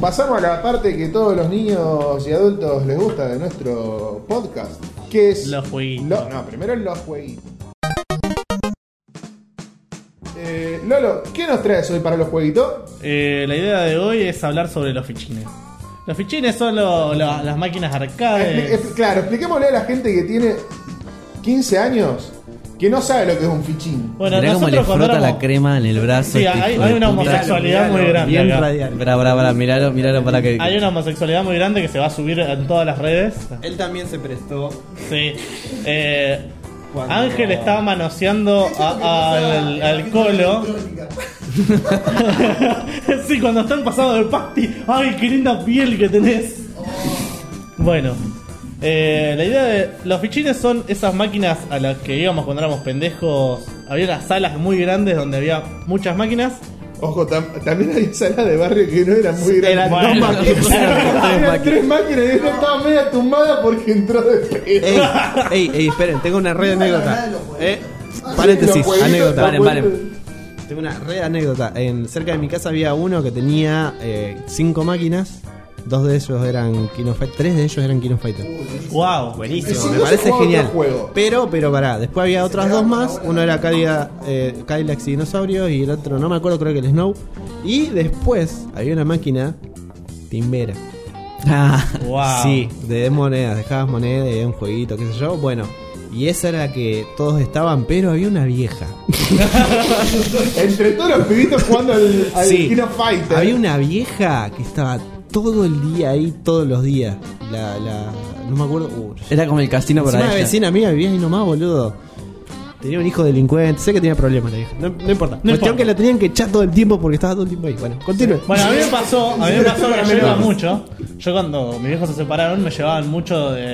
pasamos a la parte que todos los niños y adultos les gusta de nuestro podcast, que es... Los jueguitos. Lo- no, primero los jueguitos. Eh, Lolo, ¿qué nos traes hoy para los jueguitos? Eh, la idea de hoy es hablar sobre los fichines. Los fichines son lo- lo- las máquinas Expli- [laughs] arcade. expli- claro, expliquémosle a la gente que tiene 15 años que no sabe lo que es un fichín. Bueno, Mirá cómo le nosotros cuando frota la éramos- crema en el brazo. Sí, este hay, hijo hay de una puta. homosexualidad muy grande. Bien acá. radial. Mirá, mirá, mirá, miralo, miralo para que. Hay una homosexualidad muy grande que se va a subir en todas las redes. Él también se prestó. Sí. Eh, Ángel estaba manoseando [laughs] a- al, al colo. [laughs] sí, cuando están pasando de pasti. ¡Ay, qué linda piel que tenés! Bueno, eh, la idea de. Los fichines son esas máquinas a las que íbamos cuando éramos pendejos. Había unas salas muy grandes donde había muchas máquinas. Ojo, tam- también había salas de barrio que no eran muy grandes. eran dos máquinas. Eran tres máquinas y una estaba media tumbada porque entró de pedo. Ey, ey, ey, esperen, tengo una red anécdota. Eh, Los paréntesis, jueguitos, anécdota. los Paren, paren. jueguitos. Tengo una re anécdota. En, cerca de mi casa había uno que tenía eh, cinco máquinas. Dos de ellos eran Kino Fight- Tres de ellos eran Kino Fighter. ¡Wow! Si Buenísimo, no me se parece juega genial. otro juego. Pero, pero pará, después había otras dos más. Uno era Cadillac, eh, Cadillacs y Dinosaurios y el otro, no me acuerdo, creo que el Snow. Y después había una máquina Timbera. [laughs] Ah, ¡Wow! Sí, de monedas, dejabas monedas y era un jueguito, qué sé yo. Bueno, Y esa era la que todos estaban, pero había una [laughs] vieja. Entre todos los pibitos jugando al, al Kino Fighter. Había una vieja que estaba todo el día ahí, todos los días. La, la, no me acuerdo. Uh, Era como el casino para Encima ella. una vecina mía vivía ahí nomás, boludo. Tenía un hijo delincuente, sé que tenía problemas la vieja. No, no importa. Cuestión importa. que la tenían que echar todo el tiempo porque estaba todo el tiempo ahí. Bueno, continúe. Bueno, a mí me pasó, a mí me pasó que Para yo iba menores. mucho. Yo cuando mis viejos se separaron me llevaban mucho de.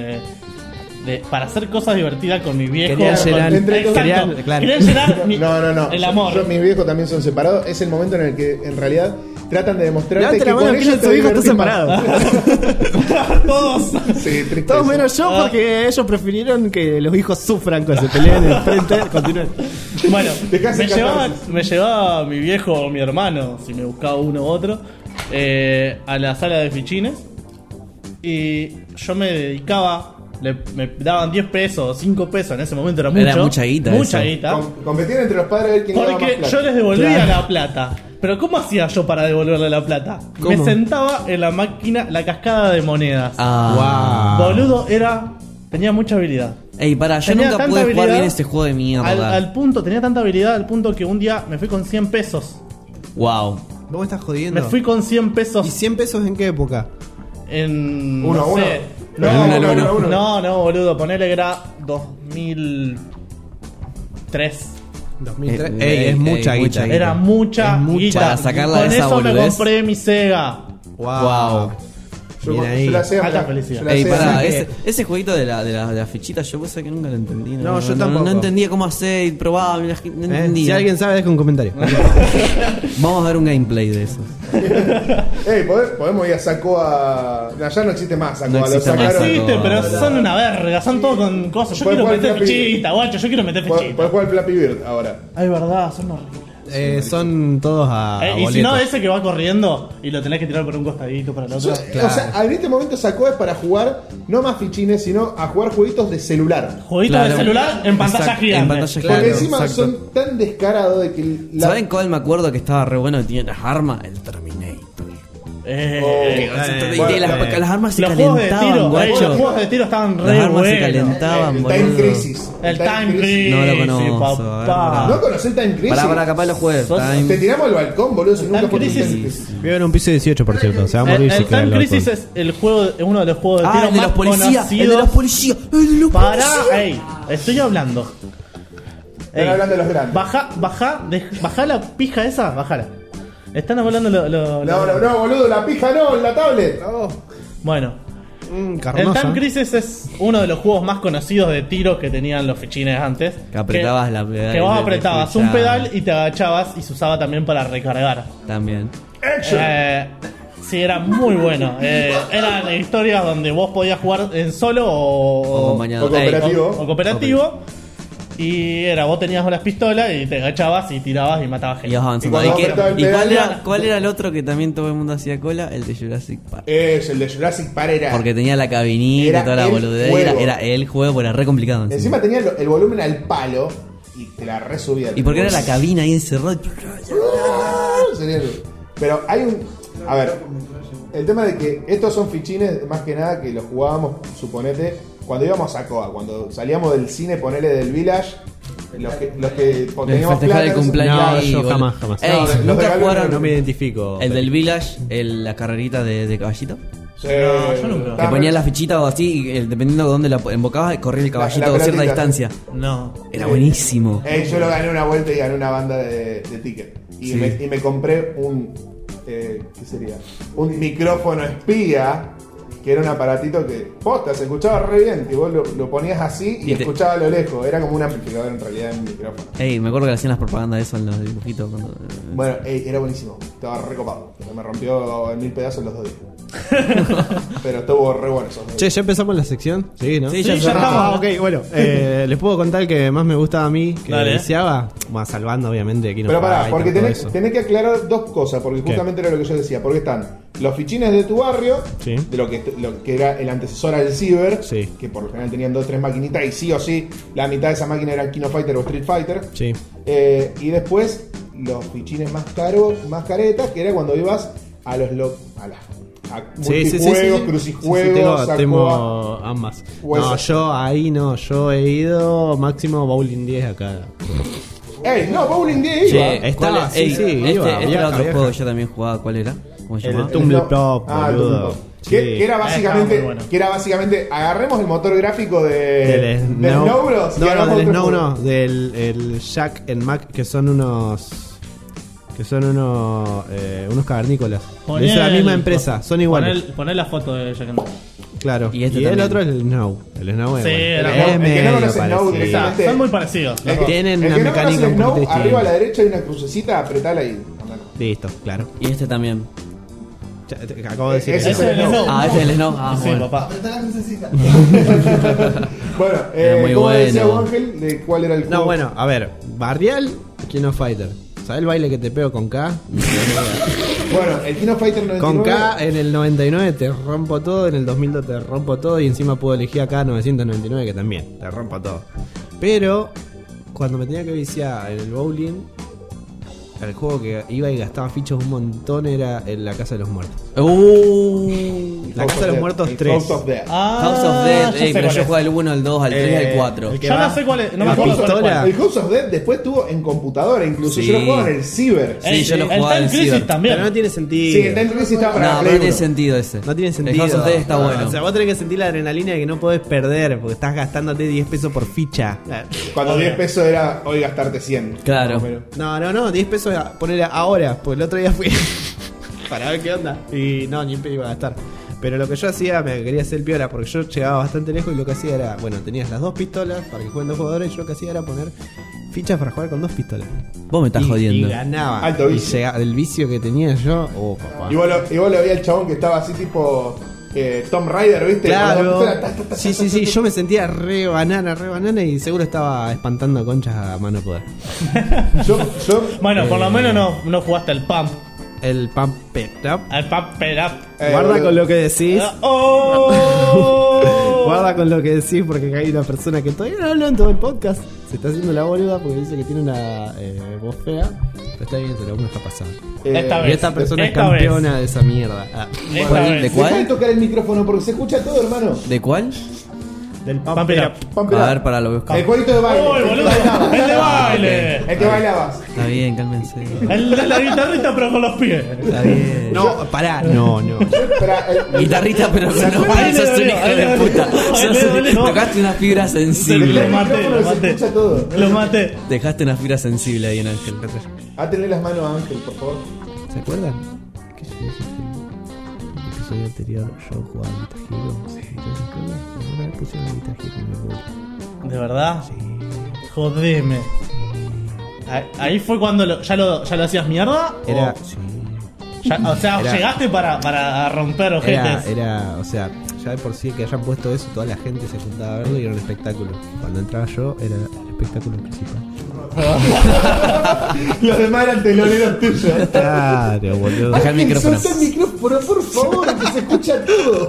de- para hacer cosas divertidas con mi viejo. Querían con- llenar- Exacto. querían- claro. Querían llenar mi- No, no, no. el amor. Yo, mis viejos también son separados. Es el momento en el que en realidad tratan de demostrarte Levante que la mano, con que ellos tu te hijo está divertís más. separado. [laughs] Todos. [laughs] Sí, tristeza. Todos menos yo, Ah. porque ellos prefirieron que los hijos sufran cuando se pelean en el [laughs] frente. Continúen. [laughs] Bueno, Dejás me el llevaba, catarsis. me llevaba mi viejo o mi hermano, si me buscaba uno u otro, eh, a la sala de fichines. Y yo me dedicaba, le- me daban 10 pesos, 5 pesos, en ese momento era mucho. Era mucha guita Mucha eso. guita. Com- competían entre los padres a ver quién ganaba más Porque plata. yo les devolvía la plata. Pero ¿cómo hacía yo para devolverle la plata? Me ¿Cómo? sentaba en la máquina, la cascada de monedas. Ah. Boludo era... Tenía mucha habilidad. Ey, para, yo Tenía nunca tanta pude jugar habilidad bien este juego de mierda. Al, al punto, tenía tanta habilidad al punto que un día me fui con 100 pesos. Wow. ¿Vos me estás jodiendo? Me fui con 100 ¿Y pesos 100 pesos en qué época? en. Uno a no uno. sé. No, No, uno no, a no, uno. no, no, boludo. Ponele que era 2003. 2003. Eh, ey, ey, es mucha ey, guita. mucha Era mucha, Es mucha. guita. Para sacarla con de esa eso me boludez. compré mi Sega. Wow. Yo, Bien yo ahí. la hacía Alta hablar. felicidad. Yo la Ey, hacía [laughs] pará, hablar. ese, ese jueguito de la, de, la, de la fichita, yo cosa que nunca lo entendí. No, yo tampoco. No, entendía cómo hacer y probaba, no no Eh, entendía. Si alguien sabe, deja un comentario. [laughs] Vamos a ver un gameplay de eso. Ey, ¿pod- podemos ir a Sacoa. No, ya no existe más Sacoa. No lo existe más sacaron. Sacoa. Existe, no, pero no, son una verga. Son todos con cosas. Yo Puedes quiero jugar meter Flappy. fichita, guacho. Yo quiero meter Podés fichita. podés jugar al Flappy Bird ahora. Ah, Ay, verdad, son horribles. Eh, son todos a. Eh, a y si no, boletos. ese que va corriendo y lo tenés que tirar por un costadito para el Yo- otro. O sea, en este momento Sacoa es para jugar no más fichines, sino a jugar jueguitos de celular. Jueguito Claro. de celular en pantalla Exacto, gigante. en pantalla Porque Claro, encima exacto. son tan descarados de que. la- ¿Saben cuál me acuerdo que estaba re bueno y tenía las armas? El Terminator. Eh, Oh. Y bueno, las, eh. las armas se los juegos de calentaban, tiro, eh, los guacho. juegos de tiro estaban Las re armas se buenos. calentaban, el boludo. Time Crisis. El Time Crisis, No lo conozco, papá. a ver, ¿No conocés el Time Crisis? Pará, pará, capaz lo juegues. Sos- Te Time. tiramos al balcón, boludo, si nunca Time fuiste Crisis. Time Crisis. Vivo en un piso 18, por cierto. Se va a El, morir el si cae Time el Crisis alcohol. es el juego, es uno de los juegos de Ah, tiro el de los más policías. El de los conocidos. policías. El de los Pará, policías. ey, estoy hablando. Están hablando de los grandes. Baja, baja, dej- bajá la pija esa, bajala. Están hablando lo, lo- No, lo- no, no, boludo, la pija no, en la Eh, tablet. Oh, Bueno, Mm, el carnosa. Time Crisis es uno de los juegos más conocidos de tiros que tenían los fichines antes. Que apretabas la pedal- Que vos el- el apretabas flechada. un pedal y te agachabas y se usaba también para recargar. También. Eh, sí, era muy bueno. Eh, eran historias donde vos podías jugar en solo o, O acompañado. o cooperativo. o- o cooperativo. Y era, vos tenías unas pistolas y te agachabas y tirabas y matabas Y gente. avanzando. Y ¿Y, cuando qué- apretaba el y pedal, cuál, ya- era, cuál era el otro que también todo el mundo hacía cola? El de Jurassic Park. Es el de Jurassic Park era. Porque tenía la cabinita Era y toda la el boludez. juego. Era, era el juego, pero era re complicado. encima. Encima tenía el, el volumen al palo y te la resubía. Y porque era la cabina ahí encerrada. [laughs] Sería el- Pero hay un. A ver. El tema de que estos son fichines, más que nada que los jugábamos, suponete, cuando íbamos a Coa, cuando salíamos del cine, ponele del Village, los que, los que teníamos festejar el plata, cumpleaños No, ahí, yo boludo. jamás, jamás. Ey, No, los ¿Nunca regalos jugaron No me identifico. el del Village, el- la carrerita de, de caballito? Sí, No, yo nunca. Que estaba- ponían la fichita o así, y, eh, dependiendo de dónde la embocabas, corría el caballito la a cierta pelotita. distancia. No. Era buenísimo. Eh, yo lo gané una vuelta y gané una banda de, de ticket. Y, Sí. me, y me compré un. eh, ¿Qué sería? Un micrófono espía, que era un aparatito que. Posta, se escuchaba re bien. Y vos lo, lo ponías así y, Y te- escuchaba a lo lejos. Era como un amplificador en realidad en un micrófono. Ey, me acuerdo que le hacían las propagandas de eso en los dibujitos. cuando- eh, Bueno, ey, era buenísimo. Estaba recopado. Me rompió en mil pedazos los dos [laughs] días. Pero estuvo re bueno eso. Che, ¿ya empezamos la sección? Sí, ¿no? Sí, ya Sí, cerramos. Ah, ok, bueno. eh, les puedo contar el que más me gustaba a mí, que Dale. deseaba. Más salvando, obviamente. Aquí no Pero pará, hay porque tanto tenés, eso. tenés que aclarar dos cosas, porque ¿Qué? justamente era lo que yo decía, porque están los fichines de tu barrio, Sí. de lo que, lo que era el antecesor al Ciber, Sí. que por lo general tenían dos o tres maquinitas, y sí o sí, la mitad de esa máquina era Kino Fighter o Street Fighter. Sí. Eh, y después los fichines más caros, más caretas, que era cuando ibas a los lo- a las a Sí, sí, sí, sí, sí. multijuegos, Sí, sí, crucijuegos, tengo, Sacoa. tengo ambas. Hueso. No, yo ahí no, yo he ido máximo bowling 10 acá. Ey, no, Bowling 10 iba. Che, estaba- ¿cuál- sí, ey, sí, Este, iba, este viaja, era otro viaja. juego que yo también jugaba. ¿Cuál era? ¿Cómo se El llamaba? Tum- Tumble No. Pop, Ah, boludo. Tumble Pop. Sí. Que, que era Ah, estaba básicamente, muy bueno. que era básicamente, agarremos el motor gráfico de, Del Snow. Eh, del Snow Bros. y No, no, hagamos del otro Snow juego. no. Del el Jack and Mac, que son unos. Que son unos. eh, unos cavernícolas. Poné es la el- misma empresa, son iguales. Poné, poné la foto de Jack and Daxter. Claro. Y Y, este el también. otro es el Snow. El Snow es. Sí, bueno. el Es Snow. El que no medio conoce Snow parecido. directamente. Ah, Son muy parecidos. El los dos. Tienen el una que no mecánica conoce el un Snow, poquito arriba a la distinta. derecha hay una crucecita, apretala y andala. Listo, claro. Y este también. Ya, te- Acabo de decir Ese eso. es el Snow. Ah, este es el Snow. Ah, Sí, bueno. papá. Apretá la crucecita. Bueno, Era eh, muy ¿cómo decía bueno. Ángel de cuál era el juego? No, bueno, a ver. Barrial, Kino Fighter. ¿Sabes el baile que te pego [laughs] con K? Bueno, el Kino Fighter 99. Con K en el 99 te rompo todo, en el 2002 te rompo todo y encima puedo elegir acá 999 que también te rompo todo. Pero cuando me tenía que viciar en el bowling, el juego que iba y gastaba fichos un montón era en la Casa de los Muertos. Uh, La House Casa of de los Dead, Muertos el 3. House of Dead. Ah, House of Dead. ya Ey, sé pero cuál yo es. jugaba el 1, el 2, el 3 y el Eh, 4. el que Yo va- no sé cuál es. No me la acuerdo cuál es pistola. cuál. El House of Dead después tuvo en computadora, incluso. Yo lo Sí. jugaba en el Ciber. Sí, yo lo el jugaba Time en Crisis Cyber. Pero no también. tiene sentido. Sí, el Time Crisis estaba para No, la pero Play no tiene 1. sentido ese. No tiene sentido. Ah, El House of Dead está No, bueno. O sea, vos tenés que sentir la adrenalina de que no podés perder porque estás gastándote 10 pesos por ficha. Cuando 10 pesos era hoy gastarte 100. Claro. Pero- No, no, no, 10 pesos a poner ahora, porque el otro día fui [laughs] para ver qué onda. Y no, ni un pedo iba a gastar. Pero lo que yo hacía, me quería hacer el piola, porque yo llegaba bastante lejos y lo que hacía era, bueno, tenías las dos pistolas para que jueguen dos jugadores, y yo lo que hacía era poner fichas para jugar con dos pistolas. Vos me estás y, jodiendo. Y ganaba. Alto Y vicio. llegaba- el vicio que tenía yo, oh papá. Y vos lo, y vos lo veías al chabón que estaba así tipo eh, Tom Rider, ¿viste? Con la pistola, ta, ta, ta, Claro. ta, Sí, sí, sí, yo me sentía re banana, re banana y seguro estaba espantando conchas a mano poder. ta. Yo, yo, Bueno, por lo menos no, no jugaste al Pump. El pampeta. Al Pump It Up. eh, Guarda boludo. con lo que decís. [laughs] ¡Oh! Guarda con lo que decís porque hay una persona que todavía no habló en todo el podcast. Se está haciendo la boluda porque dice que tiene una eh, voz fea. Pero está bien, se lo está pasando. Eh, Esta Y vez. esta persona es Esta campeona de esa mierda. Ah. Esta ¿Cuál? vez. ¿De Dejá de cuál? tocar el micrófono porque se escucha todo, hermano. ¿De cuál? Del Pump It Up. Pampe, A dale. ver, para lo El buscar. jueguito de baile. ¡Uy, el que boludo! bailabas. Oh, ¡El de baile! El que bailabas. Está bien, cálmense. [laughs] El de la guitarrita, pero con los pies. Está bien. No, pará. No, no. Espera, el- Guitarrista, pero con los Ahí pies. le Sos un dolió, hijo ahí le de dolió. puta. Ahí Sos le un- dolió. Tocaste una fibra Lo sensible. maté, lo Se maté. escucha todo. Lo maté. Dejaste una fibra sensible ahí en Ángel. A tener las manos a Ángel, por favor. ¿Se acuerdan? Que yo dije que en el episodio anterior yo jugaba a Guitar Hero. Sí. ¿Se acuerdan? Una vez pusieron a Guitar Hero en el eh, bowling. ¿De verdad? Jodeme. Ahí- Ahí fue cuando lo- ya, lo, ya lo hacías mierda. o- Era... ya- o sea, Era- llegaste para, para romper Era, ojetes. era, o sea, ya de por sí que hayan puesto eso, toda la gente se juntaba a verlo y era un espectáculo. Cuando entraba yo, era el espectáculo principal. Los demás eran teloneros tuyos. Claro, boludo. Deja el Ángel, micrófono. soltá el micrófono, por favor, que se escucha todo.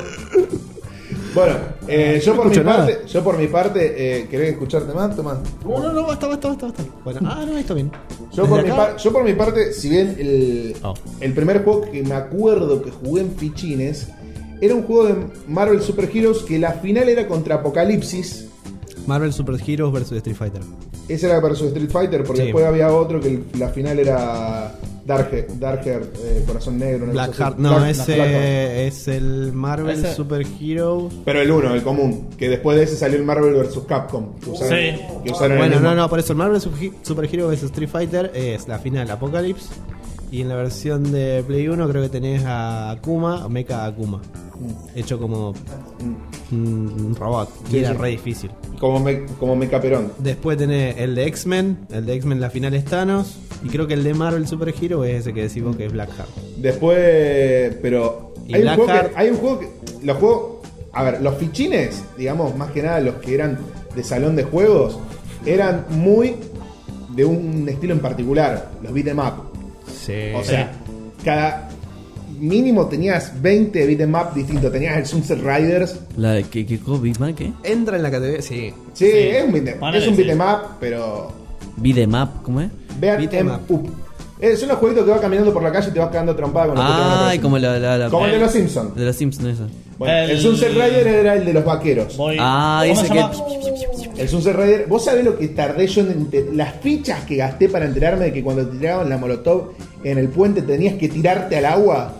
Bueno, eh, yo, por mi escucho nada. parte, yo por mi parte, eh, ¿querés escucharte más? Tomás. No, no, no, basta, basta, basta, basta. Bueno, ah, no, esto bien. Yo Desde por, mi acá- par- yo por mi parte, si bien el, Oh. el primer juego que me acuerdo que jugué en fichines era un juego de Marvel Super Heroes que la final era contra Apocalipsis. Marvel Super Heroes vs Street Fighter. Ese era versus Street Fighter, porque Sí. después había otro que el- la final era Dark, Dark Heart, eh, Corazón Negro. una cosa Blackheart, así. no, Dark- ese Black Heart. es el Marvel Ese- Super Heroes. Pero el uno, el común, que después de ese salió el Marvel vs. Capcom. Que usaron, Sí. que usaron el Bueno, mismo. no, no, por eso el Marvel Super- Super Heroes vs Street Fighter es la final Apocalypse. Y en la versión de Play 1 creo que tenés a Akuma, Mecha Akuma. Hecho como un robot. Mm. Sí, y era sí. re difícil. Como, me, como Mecha Perón. Después tenés el de X-Men. El de X-Men la final es Thanos. Y creo que el de Marvel Super Hero es ese que decimos que es Blackheart. Después, pero Y hay un, juego que, Blackheart. hay un juego que los juegos, a ver, los fichines, digamos, más que nada los que eran de salón de juegos, eran muy de un estilo en particular, los beat 'em up. Sí. O sea, cada mínimo tenías 20 beat 'em up distintos, tenías el Sunset Riders. La de que, que Kobe, ¿ma? ¿qué? entra en la categoría. Sí. Sí, es un beat 'em- Ponele, es un sí. beat 'em up, pero Beat 'em up, ¿cómo es? beat Beat 'em 'em up. up. Eh, son los jueguitos que vas caminando por la calle y te vas quedando trompada con los que te van a Ay, aparecer. Ah, como la, la, la- Como el de los Simpsons. de los Simpsons esa. Bueno, el... El- Sunset Rider era el de los vaqueros. Voy- Ah, ¿cómo ese se que- llama? El Sunset Rider, vos sabés lo que tardé yo en ente- las fichas que gasté para enterarme de que cuando te tiraban la molotov en el puente tenías que tirarte al agua.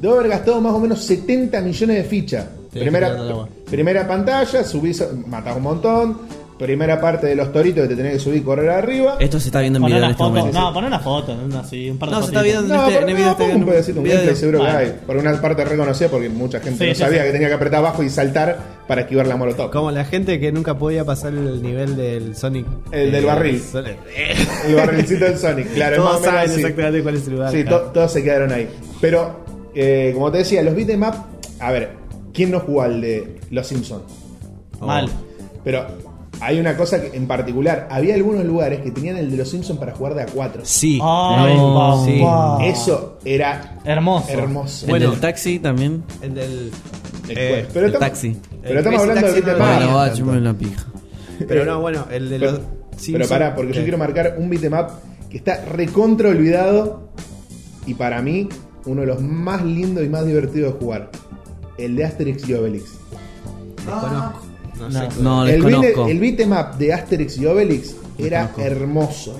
Debo haber gastado más o menos 70 millones de fichas. que Primera, tirarte al agua. primera pantalla, subís, a- matás un montón. Primera parte de los toritos que te tenés que subir y correr arriba. Esto se está viendo en Poné video en una este foto. momento. No, poné una foto. una así, un par de No, se está fotitos. No, viendo en este pero en video. no, este- pongo un pedacito, un video. gameplay seguro que Bueno. hay. Por una parte reconocida porque mucha gente Sí, no sí, sabía sí. que tenía que apretar abajo y saltar para esquivar la molotov. Como la gente que nunca podía pasar el nivel del Sonic. El del barril. Son- El barrilcito del Sonic, claro. es más o Todos menos saben así. exactamente cuál es el lugar. Sí, claro. to- todos se quedaron ahí. Pero, eh, como te decía, los beat'em up. A ver, ¿quién no jugó al de Los Simpsons? Mal. Pero hay una cosa que, en particular. Había algunos lugares que tenían el de Los Simpsons para jugar de a 4. Sí. Ay, No, papá. sí. Eso era Hermoso. Ah. hermoso. El Bueno. del taxi también. El del. El eh, juego. pero el estamos- taxi. Pero El estamos Crazy hablando de Taxi beat'em no up. lo Bueno, Ah, va, chúpame la pija. Pero no, bueno, el de los. Pero, pero Simpsons. pará, porque yo Eh, quiero marcar un beat'em up que está recontra olvidado y para mí uno de los más lindos y más divertidos de jugar. El de Asterix y Obelix. Ah, desconozco. No, No. sé. No, el, beat- desconozco. el beat'em up de Asterix y Obelix era hermoso.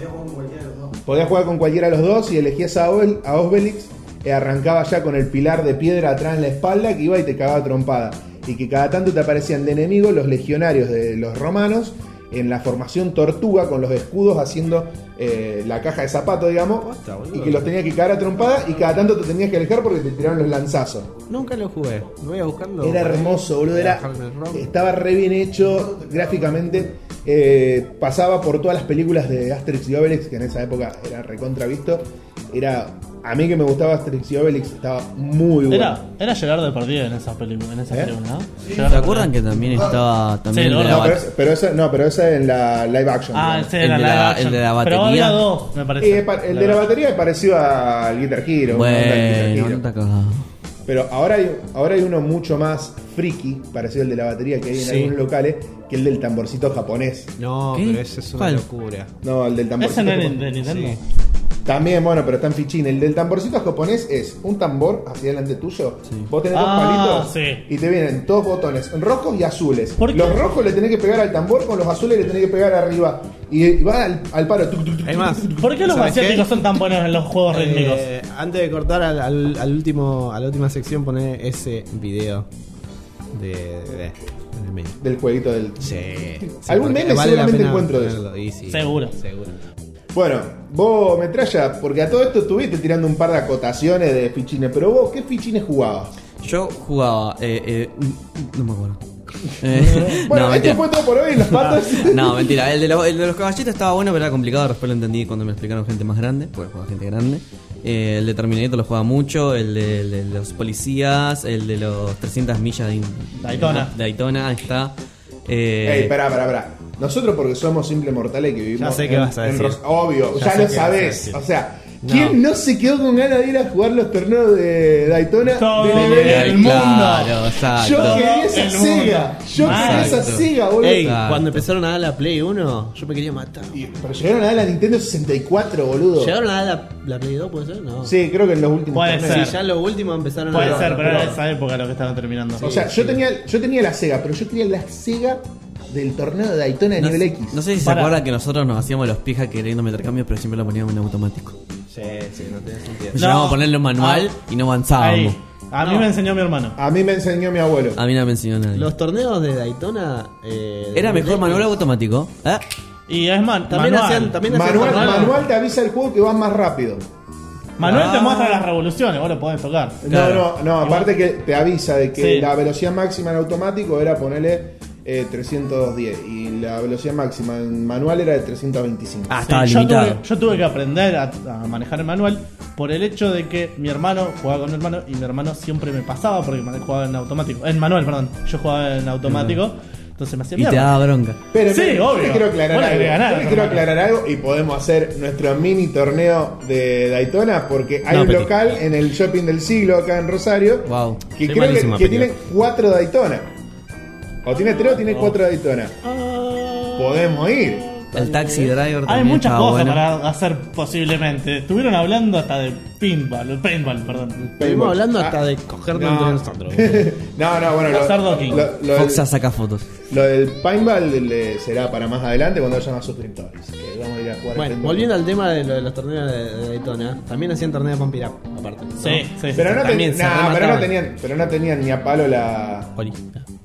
Podías jugar con cualquiera de los dos y elegías a, Obel- a Obelix y arrancaba ya con el pilar de piedra atrás en la espalda que iba y te cagaba a trompada. Y que cada tanto te aparecían de enemigo los legionarios de los romanos en la formación tortuga con los escudos haciendo eh, la caja de zapato, digamos. Basta, boludo. y que los tenías que cagar a trompada y cada tanto te tenías que alejar porque te tiraron los lanzazos. Nunca lo jugué. Voy a buscarlo. Era hermoso, boludo. Era, estaba re bien hecho gráficamente. eh, pasaba por todas las películas de Asterix y Obelix, que en esa época era recontravisto. Era. A mí que me gustaba Asterix y Obelix, estaba muy bueno. Era, era Gerard Depardieu en esa película, en esa ¿Eh? película, ¿no? ¿Se acuerdan que también estaba también Sí, el de no, la no, pero, bat- esa- pero esa, no, pero esa en la live action. Ah, digamos. sí, El era de live la- action. el de la Pero batería. había dos, me Eh, parece. pa- el de la batería es parecido al Guitar Hero. una onda al Guitar Bueno, Hero. no te acordás. Pero ahora hay, ahora hay uno mucho más friki, parecido al de la batería que hay en Sí. algunos locales, que el del tamborcito japonés. No, ¿Qué? pero ese es una ¿Cuál? locura. No, el del tamborcito Ese no era japonés. el de Nintendo. Sí. También, bueno, pero está en fichín. El del tamborcito japonés es un tambor hacia delante tuyo. Vos tenés dos Ah, palitos sí. y te vienen dos botones, rojos y azules. ¿Por qué? Los rojos le tenés que pegar al tambor, con los azules le tenés que pegar arriba. Y, y va al, al paro. tuc, tuc, tuc, Hay más. [laughs] ¿Por qué los ¿Sabes qué? asiáticos son tan buenos en los juegos rítmicos? Eh, antes de cortar al, al- al último, a la última sección, poné ese video de. de, de- en el medio. del jueguito del. Sí. Algún porque meme la seguramente pena encuentro de eso. ponerlo, y sí. Seguro. Seguro. Bueno, vos metralla, porque a todo esto estuviste tirando un par de acotaciones de fichines, pero vos, ¿qué fichines jugabas? Yo jugaba. Eh, eh, mm, no me [laughs] acuerdo. Eh, Bueno, [laughs] no, este mentira. fue todo por hoy en las patas. No, mentira. El de, la- el de los caballitos estaba bueno, pero era complicado. Después lo entendí cuando me lo explicaron gente más grande. Pues jugaba gente grande. Eh, el de Terminator lo jugaba mucho. El de, el de los policías. El de los 300 millas de. in- Daytona. de Daytona, ahí está. Eh, Ey, pará, pará, pará. Nosotros porque somos simples mortales que vivimos Ya sé qué en, vas a en decir. Ros- Obvio, Ya ya, lo sé qué vas a sabés. decir. O sea, ¿quién no. se quedó con ganas de ir a jugar los torneos de Daytona? Todo de el NBA? mundo. Claro, exacto. Yo quería el esa mundo. Sega. Yo quería esa Exacto. Sega, boludo. Ey, Exacto. cuando empezaron a dar la Play 1, yo me quería matar. Y- Pero llegaron a dar la Nintendo 64, boludo. ¿Llegaron a dar la, la Play 2? ¿Puede ser? No. Sí, creo que en los últimos Puede torneos. ser. Sí, ya lo último empezaron a Puede dar- ser, pero era esa época lo que estaban terminando. O sea, yo tenía, yo tenía la Sega, pero yo quería la Sega del torneo de Daytona de No, nivel X. no sé si Para. se acuerdan que nosotros nos hacíamos los pijas queriendo meter cambios, pero siempre lo poníamos en automático. Sí, sí, no tiene sentido. Nos llevábamos a ponerlo en manual y no avanzábamos. Ahí. A mí me enseñó mi hermano. A mí me enseñó mi abuelo. A mí no me enseñó nadie. Los torneos de Daytona. eh, ¿Era de- mejor manual o automático? ¿Eh? Y es más, También manual. hacían. También hacían Manual, torneos. manual te avisa el juego que vas más rápido. Manual te Ah. muestra las revoluciones, vos lo podés tocar. No, no, no, aparte que te avisa de que Sí. la velocidad máxima en automático era ponerle 310 y la velocidad máxima en manual era de 325. Ah, Sí, estaba yo, limitado. tuve, yo tuve que aprender a, a manejar el manual por el hecho de que mi hermano jugaba con mi hermano y mi hermano siempre me pasaba porque me- jugaba en automático. En manual, perdón. Yo jugaba en automático, entonces me hacía Y te mierda. daba bronca. Pero Sí, mira, yo obvio. les quiero aclarar Bueno, algo. le ganás, Yo les quiero hermano. aclarar algo y podemos hacer nuestro mini torneo de Daytona porque hay No, un Peti. local en el shopping del siglo acá en Rosario Wow. que Soy creo que, malísimo, que Peti. tiene cuatro Oh. Daytona. O tiene tres o tiene cuatro Daytona. Podemos ir. El eh, Taxi Driver también. Ah. Hay muchas estaba cosas bueno. para hacer posiblemente. Estuvieron hablando hasta de pinball, paintball, perdón. Estuvimos hablando Ah, hasta de cogernos no. entre nosotros. [laughs] boludo. [laughs] No, no, bueno, Cazar lo, docking. lo- lo del, Foxa saca fotos. lo del Pineball le- será para más adelante cuando haya más suscriptores. Que vamos a ir a jugar Bueno, pinball. volviendo al tema de, lo de los torneos de, de Daytona, también hacían torneos de Pump It Up, aparte. ¿no? Sí, sí. Pero no, ten- También se nah, pero no remataban. tenían, pero no tenían ni a palo la, Oli.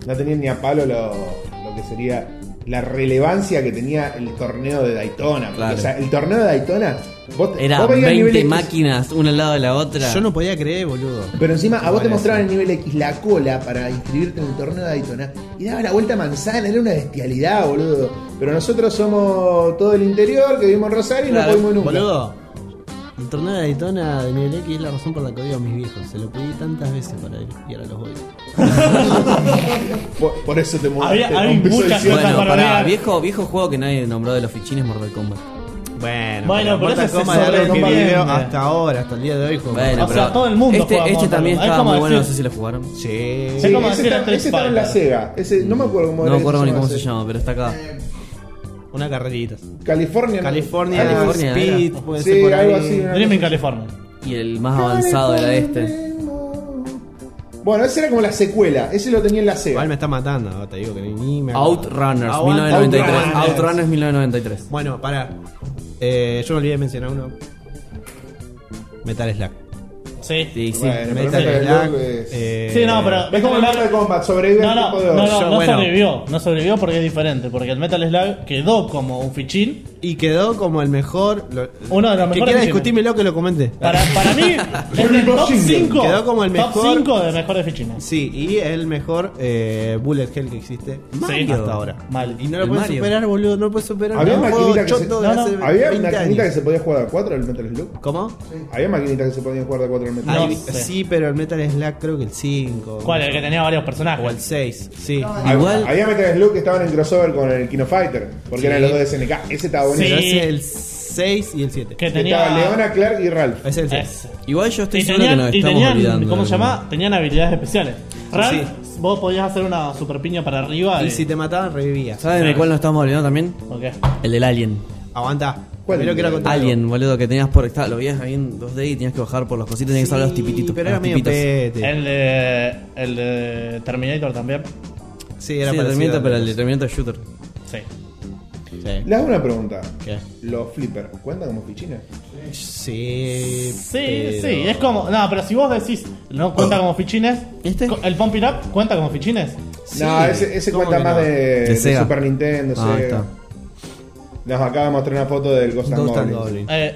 no tenían ni a palo lo, lo que sería la relevancia que tenía el torneo de Daytona. Porque, Claro. O sea, el torneo de Daytona, vos, Era vos veías 20 nivel X, máquinas una al lado de la otra. Yo no podía creer, boludo. Pero encima a vos te Bueno, mostraban el nivel X, la cola para inscribirte en el torneo de Daytona. Y daba la vuelta a manzana, era una bestialidad, boludo. Pero nosotros somos todo el interior, que vivimos en Rosario y Claro, no pudimos nunca. Boludo. El torneo de Daytona de nivel X es la razón por la que odio a mis viejos. Se lo pedí tantas veces para ir y ahora los voy. Por, por eso te mudaste. Había- había a un piso de muchas cielo. cosas. Bueno, para pará, ver. viejo, viejo juego que nadie nombró de los fichines Mortal Kombat. Bueno, Bueno, pero Mortal ese Kombat es de sobre algo que vivienda. video hasta ahora, hasta el día de hoy. juego. Bueno, O pero sea, todo el mundo Este, juega este Mortal también Kombat. Es estaba como muy bueno, no decir- sé si lo jugaron. No Sí. Sí, Es como ese, decir está, Street ese estaba en la Fighter. Sega. Ese, no me acuerdo cómo me era que acuerdo ni cómo ese. se llama, pero está acá. Una carrerita. California. California, Ah, California, Speed, era. puede Sí, ser por ahí. algo así. una Dream in cosa California. Y el más avanzado era este. Bueno, ese era como la secuela. Ese lo tenía en la Igual Sega. me está matando, te digo que ni me acuerdo. Outrunners, Out- 1993. Outrunners. Outrunners, 1993. Bueno, pará. Eh, yo me olvidé de mencionar uno. Metal Slack. Sí. Sí, sí. Bueno, pero Metal no te Slack. lo es- eh, Sí, no, pero. Es como el Mortal Kombat, sobrevive No, al no, tipo de no, oro. no, Yo, no bueno. sobrevivió. No sobrevivió porque es diferente. Porque el Metal Slug quedó como un fichín. Y quedó como el mejor. lo- Uno de los Que mejores quiera que discutímelo que lo comente. Para, [laughs] para mí, es el top 5. Quedó como el Top mejor- 5 de mejores fichines. Sí, y es el mejor eh, Bullet Hell que existe Mario. hasta ahora. Mal. Y no lo El puedes Mario. superar, boludo. No lo puedes superar. Había No, una juego maquinita que se- choto de No, no. hace Había 20 una maquinita que años. se podía jugar a 4 el Metal Slug. ¿Cómo? Había maquinitas que se podían jugar de 4 al Metal No Ay, Slug. sé. sí, pero el Metal Slack creo que el 5. ¿Cuál? El que tenía varios personajes. O el 6, sí. Había- Igual- Había Metal Slug que estaban en crossover con el Kino Fighter. Porque Sí. eran los dos de SNK. Ese estaba bonito. Pero Sí. ese es el 6 y el 7. Que Estaba tenía. Leona, Clark y Ralph. Es el 6. Ese. Igual yo estoy Y seguro que nos tenían, y estamos tenían- olvidando. ¿cómo de se alguno. llama? Tenían habilidades especiales. Ralph, vos podías hacer una super piña para arriba. Y de- si te mataban, revivías. ¿Saben de Sí. cuál nos estamos olvidando también? Ok. El del Alien. Aguantá. ¿Cuál? Primero quiero contar algo. Alien, boludo, que tenías por. está- lo veías ahí en 2D y tenías que bajar por los cositas y tenías que usar los Sí, tipititos. Pero era los medio tipitos. pete. El de, el de Terminator también. Sí, Sí, era el parecido Terminator, al- pero el de Terminator Shooter. Sí. Sí. Le hago una pregunta. ¿Qué? ¿Los flippers cuentan como fichines? Sí. eh. Sí, pero- sí. Es como. No, pero si vos decís. ¿No cuenta como fichines? ¿Este? co- ¿El Pump It Up cuenta como fichines? Sí. No, ese, ese ¿Cómo cuenta que más no? de, de Sega. Super Nintendo, Ah, ahí Sega. está. Nos acaba de mostrar una foto del Ghost, and Ghost and Goblins. Goblin. Eh,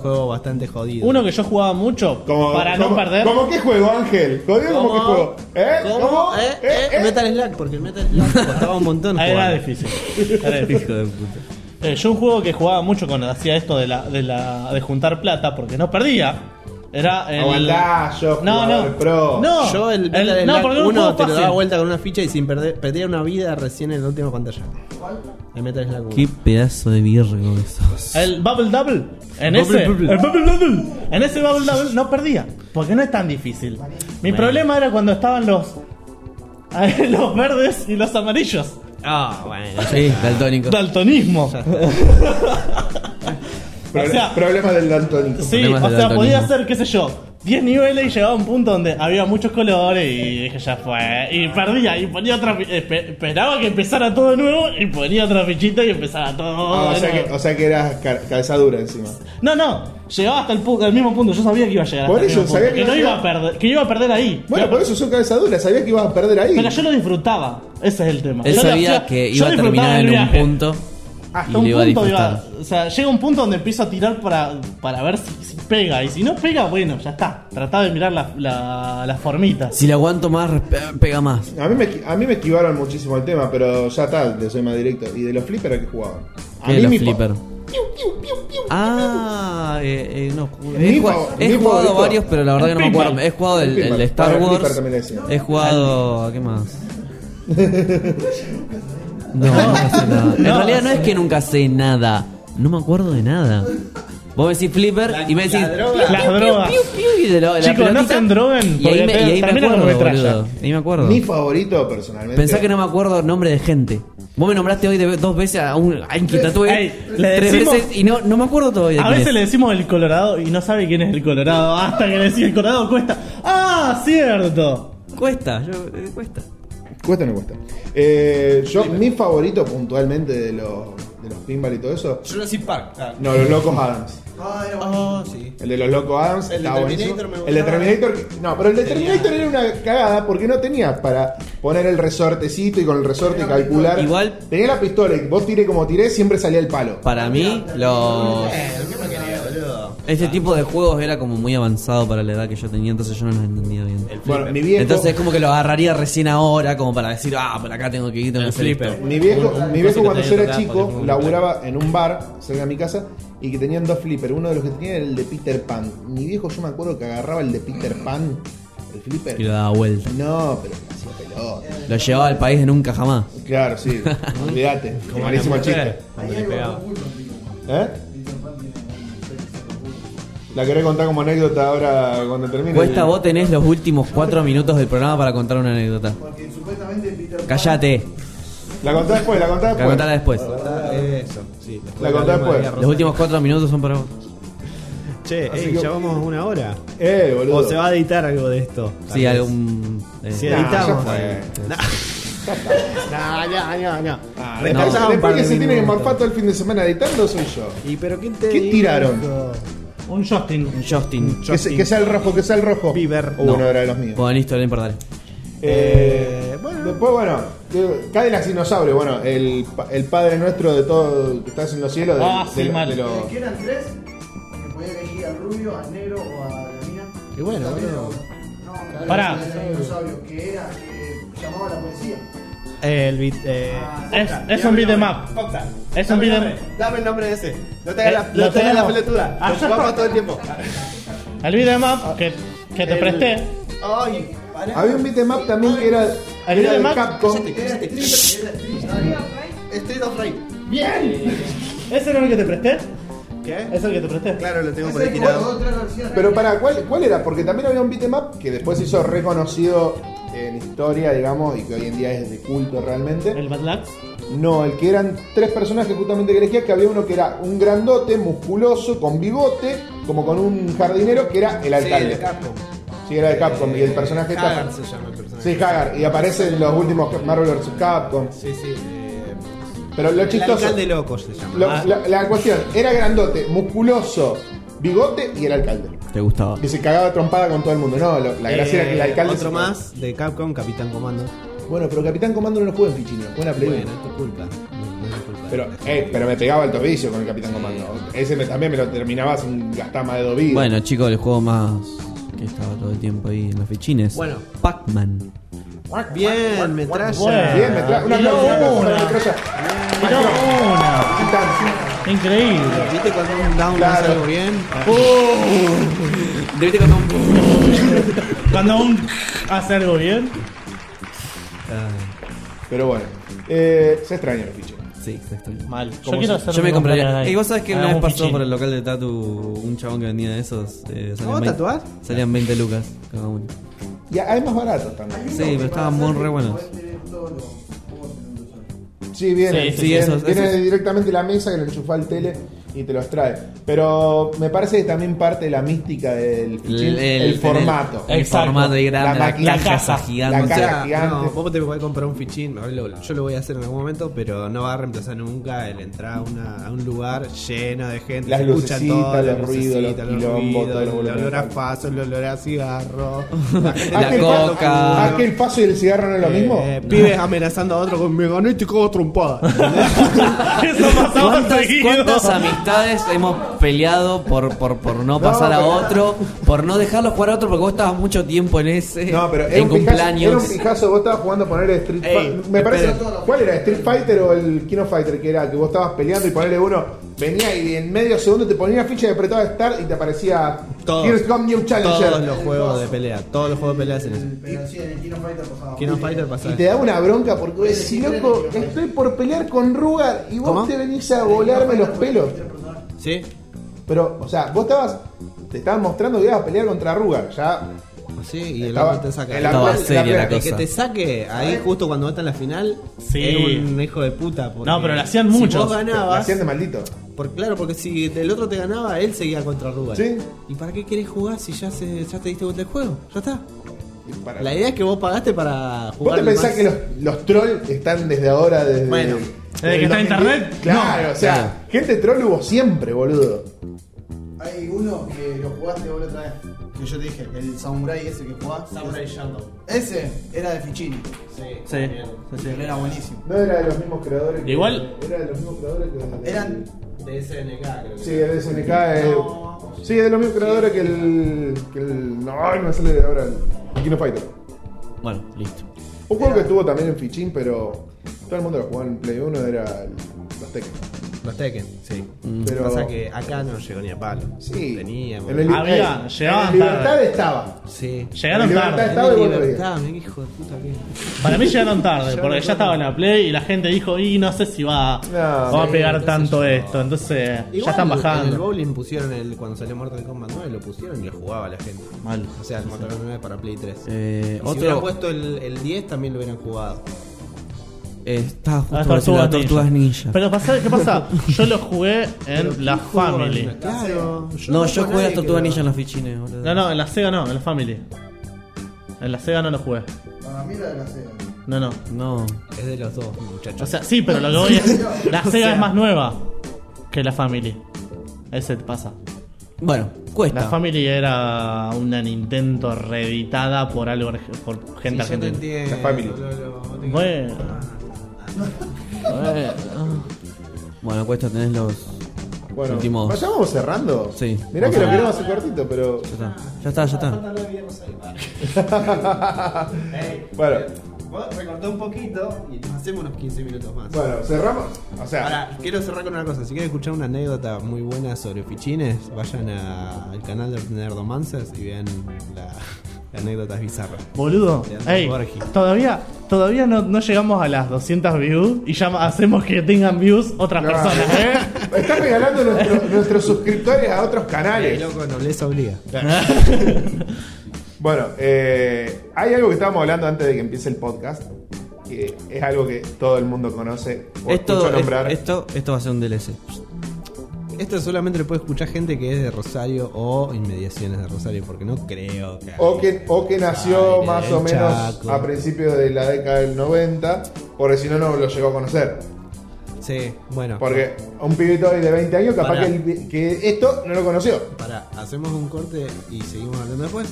Juego bastante jodido. uno que yo jugaba mucho Como- para como- no perder. ¿Cómo qué juego, Ángel? ¿Jodido como qué juego? ¿Eh? ¿Cómo? ¿Eh? ¿Eh? Metal Slack, porque el Metal [laughs] Slack costaba un montón. Ah, Era jugarlo. difícil. [laughs] Era difícil. Hijo de puta. Eh, yo un juego que jugaba mucho cuando hacía esto de la, de la de juntar plata porque no perdía. Era el Aguantá, yo, No, jugador no. pro. No. Yo el Metal El- no, Slack porque era un 1 juego te lo daba fácil. vuelta con una ficha y sin perder, perdía una vida recién en la última pantalla. El Metal Slack 1. Qué pedazo de virgo que sos. el Bubble Double. En Bubble ese Bubble. el Bubble Double. En ese Bubble Double no perdía, porque no es tan difícil. Mi problema era cuando estaban los [laughs] eh, los verdes y los amarillos. Ah, bueno. Sí, daltónico. [laughs] Daltonismo. Proble- o sea- Problemas del Daltónico. Sí, Problemas o de sea, daltonismo. podía hacer, qué sé yo, 10 niveles y llegaba a un punto donde había muchos colores y dije, ya fue. Y perdía, y ponía otra. fi- espe- Esperaba que empezara todo de nuevo y ponía otra fichita y empezaba todo. Ah, o, de sea nuevo. que, o sea que eras ca- cabezadura encima. No, no, llegaba hasta el, pu- al mismo punto. Yo sabía que iba a llegar Por hasta eso, el mismo punto, sabía que que, iba no a iba a llegar. perder, que iba a perder ahí. Bueno, por eso son cabezadura. Sabías que ibas a perder ahí. Pero yo lo disfrutaba, ese es el tema. Él Yo lo sabía hacía- que yo iba a disfrutaba terminar del en un viaje. punto. y Hasta lo un iba a punto disfrutar. iba- O sea, llega un punto donde empiezo a tirar para, para ver si, si pega. Y si no pega, bueno, ya está. Trataba de mirar la- la- las formitas. Si le aguanto más, resp- pega más. A mí, me, a mí me esquivaron muchísimo el tema, pero ya tal, te soy más directo. ¿Y de los flippers a qué jugaban? A Que mí los mi fa- flipper. Ah, eh, eh, no. Mi He, jugado- fav- he mi jugado favorito. varios, pero la verdad que no me Pinball. acuerdo. He jugado el, El el de pinball. Star Bueno, el Wars. flipper también le decían. He jugado. ¿Qué más? No, nunca sé nada. En No, realidad no sí. es que nunca sé nada. No me acuerdo de nada. Vos me decís flipper y me decís. droga. piu, Las piu, drogas. piu, piu, y de la- la Chicos, no pelotita. se endroguen, Y porque ahí me, te- y ahí me terminan acuerdo, con metralla. boludo. Ahí me acuerdo. Mi favorito, personalmente. Pensá que no me acuerdo nombre de gente. Vos me nombraste hoy de- dos veces a un a Inqui Tatué, Ey, le tres decimos- veces y no, no me acuerdo todavía. A quién veces es. le decimos el Colorado y no sabe quién es el Colorado. [laughs] Hasta que le decís el Colorado cuesta. ¡Ah, cierto! Cuesta, yo, eh, cuesta. Cuesta o no cuesta. Eh, yo, mi favorito puntualmente de los, de los pinball y todo eso. Jurassic Park. Ah, No, los locos Adams. Ah, era buenísimo. sí. El de los locos Adams El de estaba Terminator buenísimo. me El de gustaba. Terminator. No, pero el de Terminator era una cagada porque no tenía para poner el resortecito y con el resorte calcular. Igual- Tenía la pistola y vos tiré como tiré, siempre salía el palo. Para mí, los. boludo. Este tipo de juegos era como muy avanzado para la edad que yo tenía, entonces yo no los entendía bien. Bueno, mi viejo. Entonces es como que lo agarraría recién ahora, como para decir, ah, por acá tengo que ir, tengo que El hacer esto. flipper. Mi viejo, Una mi cosa viejo que cuando tenía yo era trampa, chico tenía un laburaba en un bar cerca de mi casa y que tenían dos flippers. Uno de los que tenía era el de Peter Pan. Mi viejo yo me acuerdo que agarraba el de Peter Pan, el flipper. Y lo daba vuelta. No, pero me hacía pelota. Lo llevaba al país de nunca jamás. Claro, sí. Olvídate. Como la Malísimo chiste. mujer, Cuando le pegaba. ¿Eh? La querés contar como anécdota ahora cuando termine. Cuesta, el- vos tenés los últimos cuatro minutos del programa para contar una anécdota. Cállate, La contá después, la contá después. contala después. Eso, sí. La contá después. Los últimos cuatro minutos son para vos. Che, Así ey, que- ya vamos a una hora. Eh, boludo. O se va a editar algo de esto. Sí, algún. eh, Si Nah, ya [laughs] editamos. fue. No, no, no, no. Ah, Respetá después un después par que de se tiene que minutos. morfar todo el fin de semana editando soy yo. ¿Y pero quién te ¿Qué dijo? tiraron? Un Justin. Justin. Que, se- que sea el rojo, que sea el rojo. Bieber. Uh, No. no era de los míos. Bueno, listo, no importa. dale. Eh, Eh, bueno. Después, bueno, de- Cadillac Dinosaurio, bueno, el, pa- el padre nuestro de todo que estás en los cielos. de- Ah, sí, de- mal. de lo- ¿Qué Eh, eran tres? Que podía elegir al rubio, al negro o a la mina. Y bueno, También boludo. era uno. No, Pará. era el dinosaurio, que era que llamaba a la policía. El bit. Eh, Es, es un beat em up. Foxa. Es un beat em up. Dame el nombre de ese. No te Eh, hagas lo la, no te hagas la tenemos. pelotuda. Ah, Lo jugamos todo el tiempo. El beat em up que, que te El- presté. Ay, pará. Había un beatmap también que era, ¿El era de beat'em up? Capcom. Era Street of- Street of Rage. ¿Ese era el que te presté? ¿Qué? ¿Es el que te presté? Claro, lo tengo por ahí Ese juego, tirado. dos, tres versiones. Pero para, ¿cuál, ¿cuál era? Porque también había un beatmap que después se hizo reconocido en historia, digamos, y que hoy en día es de culto realmente. ¿El Mad Lax? No, el que eran tres personajes justamente que elegías, que había uno que era un grandote, musculoso, con bigote, como con un jardinero, que era el alcalde. Sí, Capcom. Sí, era de Capcom y el personaje Eh, está- Hagar se llama el personaje. Sí, Hagar. Y aparece en los últimos Marvel vs. Capcom. Sí, sí. eh, Pero lo el chistoso. alcalde loco se llama. Ah, lo- la, la cuestión, era grandote, musculoso, bigote y el alcalde. Te gustaba. Que se cagaba trompada con todo el mundo. No, lo- la gracia era que el alcalde. Eh, Otro se- más de Capcom, Capitán Comando. Bueno, pero Capitán Comando no lo juega en Fichino, buena play. Bueno, es tu culpa. No, no es tu culpa. Pero, eh, pero me pegaba el tobillo con el Capitán Comando. Ese me- también me lo terminaba sin gastar más de dos vidas. Bueno, chicos, el juego más que estaba todo el tiempo ahí en los fichines. Bueno. Pac-Man. Bien, metralla. Bueno. Bien, me tra- una Y no cosa, una una. cosa. Tiró una. Increíble. ¿Viste cuando un down Claro. hace algo bien? Debiste contar un. Cuando un hace algo bien. Pero bueno, eh, se extraña el fichino. Ah, Sí, te estoy. Mal. Como si- Yo me Ah, compraría. Y vos sabés que una vez pasó por el local de Tatu un chabón que vendía de esos. Eh, salían ¿Cómo 20 tatuás? Salían 20 lucas cada uno. Y hay más baratos también. Sí, pero estaban muy re buenos. Sí, vienen. Sí, sí, vienen, esos- vienen esos. directamente de la mesa que le enchufa al tele y te los trae. Pero me parece que también parte de la mística del fichín, el, formato. El, Exacto. formato y grande, La la, máquina- caja esa la gigante. la caja. Ah, Gigante. No, vos te podés comprar un fichín, lo- yo lo voy a hacer en algún momento, pero no va a reemplazar nunca el entrar a, una- a un lugar lleno de gente. Las se escuchan lucecitas, todas las los ruidos, lucecitas, los quilombos, ruidos, todos los el olor a volúmenes. faso, el olor [laughs] a cigarro, La paso- coca. ¿Ah, que el paso y el cigarro no es Ah, lo mismo? Eh, pibes amenazando a otro con me gané y te cago a [laughs] trompada. [laughs] Eso pasaba ¿Cuántas, seguido. cuántas amistades hemos peleado por, por, por no pasar a pero- otro, por no dejarlo jugar a otro porque vos estabas mucho tiempo [laughs] en ese, no, pero era en un, pijazo, cumpleaños. era un pijazo, vos estabas jugando a poner Street Ey, Fighter. Me parece, ¿cuál era? ¿Street Fighter o el Kino Fighter? Que era que vos estabas peleando y ponerle uno, venía y en medio segundo te ponía ficha y apretaba Start y te aparecía Todos. Here's Come New Challenger. todos los juegos de pelea, todos los juegos de pelea hacen eso. Kino Fighter pasa Y te da una bronca porque vos decís, loco, estoy por pelear con Rugar y vos ¿Cómo? te venís a volarme los pelos. ¿Sí? Pero, o sea, vos estabas. Te estabas mostrando que ibas a pelear contra Rugal. Ya. Sí, y el Estaba- árbitro te saca. el La- Estaba árbitro- seria la plena- que, cosa. te saque ahí justo cuando matan la final. Sí. Era un hijo de puta. porque No, pero lo hacían Si muchos. vos La ganabas. hacían de maldito. por- claro, porque si el otro te ganaba, él seguía contra Rugal. Sí. ¿Y para qué querés jugar si ya, se, ya te diste vuelta el juego? Ya está. Y para- La idea es que vos pagaste para ¿Vos jugar. te pensás más. que los, los trolls están desde ahora? Desde, Bueno, desde que está internet, Claro, no. o sea, Claro. gente troll hubo siempre, boludo. Hay uno que lo jugaste vos la otra vez. Que yo te dije, el samurai ese que jugás. Samurai Shadow. Ese era de Fichini. Sí, sí, sí. Pero era buenísimo. No era de los mismos creadores. que- Igual- Era de los mismos creadores que. Eran. De SNK, creo que. Sí, el SNK. eh, sí, es de los mismos creadores que el. Que el no, ay, no me sale ahora. El Kino Fighter. Bueno, listo. Un juego que estuvo también en Fichín, pero. Todo el mundo lo jugaba en Play 1 era. el- Los Tekken. Los Tekken, sí. Pero- Mm. Pasa que acá no llegó ni a palo. Sí. Teníamos. En el- Había, eh, llegaban En libertad tarde. estaba. Sí. Llegaron En libertad tarde. estaba y vos no veías. Libertad, me hijo de puta que. Para mí llegaron tarde, porque ya tarde. estaba en la Play y la gente dijo, y no sé si va, va a sí, pegar entonces tanto yo- esto. Entonces ya Igual, están En el bajando. bowling pusieron el. Cuando salió Mortal Kombat 9, lo pusieron y lo jugaba la gente. Mal. O sea, el Mortal Kombat 9 para Play 3. Eh, Y Si otro- hubieran puesto el, el 10, también lo hubieran jugado. Está Ah, eh, justo las por decir las tortugas tortugas ninja. Pero pasa, ¿qué pasa? Yo lo jugué en la Family. Claro. No, yo jugué a las tortugas ninja en los fichines, boludo. No, no, en la Sega no, en la Family. En la Sega no lo jugué. Para mí era de la Sega. No, no. No. Es de los dos, O muchachos. sea, sí, pero lo que voy es. La O Sega sea. es más nueva que la Family. Ese te pasa. Bueno, La cuesta. Family era una Nintendo reeditada por algo arge- por gente Sí, yo te argentina. entiendo, La Family. Eh, Lolo, no te- Bueno. Bueno, cuesta, tenés los. Bueno, Últimos. vayamos cerrando. Sí. Mirá que Vamos lo a- queremos hacer cortito, pero. Ya está, ya está. Ya está. Bueno, Vos recortó un poquito y hacemos unos 15 minutos más. bueno, cerramos. O sea. Ahora, quiero cerrar con una cosa. Si quieren escuchar una anécdota muy buena sobre fichines, vayan a- al canal de Nerdomancers y vean la, la anécdotas bizarras. Boludo, Leandro ey, Borges. todavía, todavía no, no llegamos a las 200 views y ya hacemos que tengan views otras No. personas, ¿eh? [laughs] Están regalando nuestro- nuestros suscriptores a otros El canales. loco nobleza obliga. Bueno, eh, hay algo que estábamos hablando antes de que empiece el podcast, que es algo que todo el mundo conoce o Esto, escucha nombrar. es- esto, esto va a ser un DLC. Esto solamente lo puede escuchar gente que es de Rosario o inmediaciones de Rosario, porque no creo que. o, que, o que nació Ay, más el o menos Chaco. a principios de la década del 90, porque si no, no lo llegó a conocer. Sí, bueno. Porque un pibito hoy de 20 años, capaz Pará. que, el- que esto no lo conoció. Para, hacemos un corte y seguimos hablando después.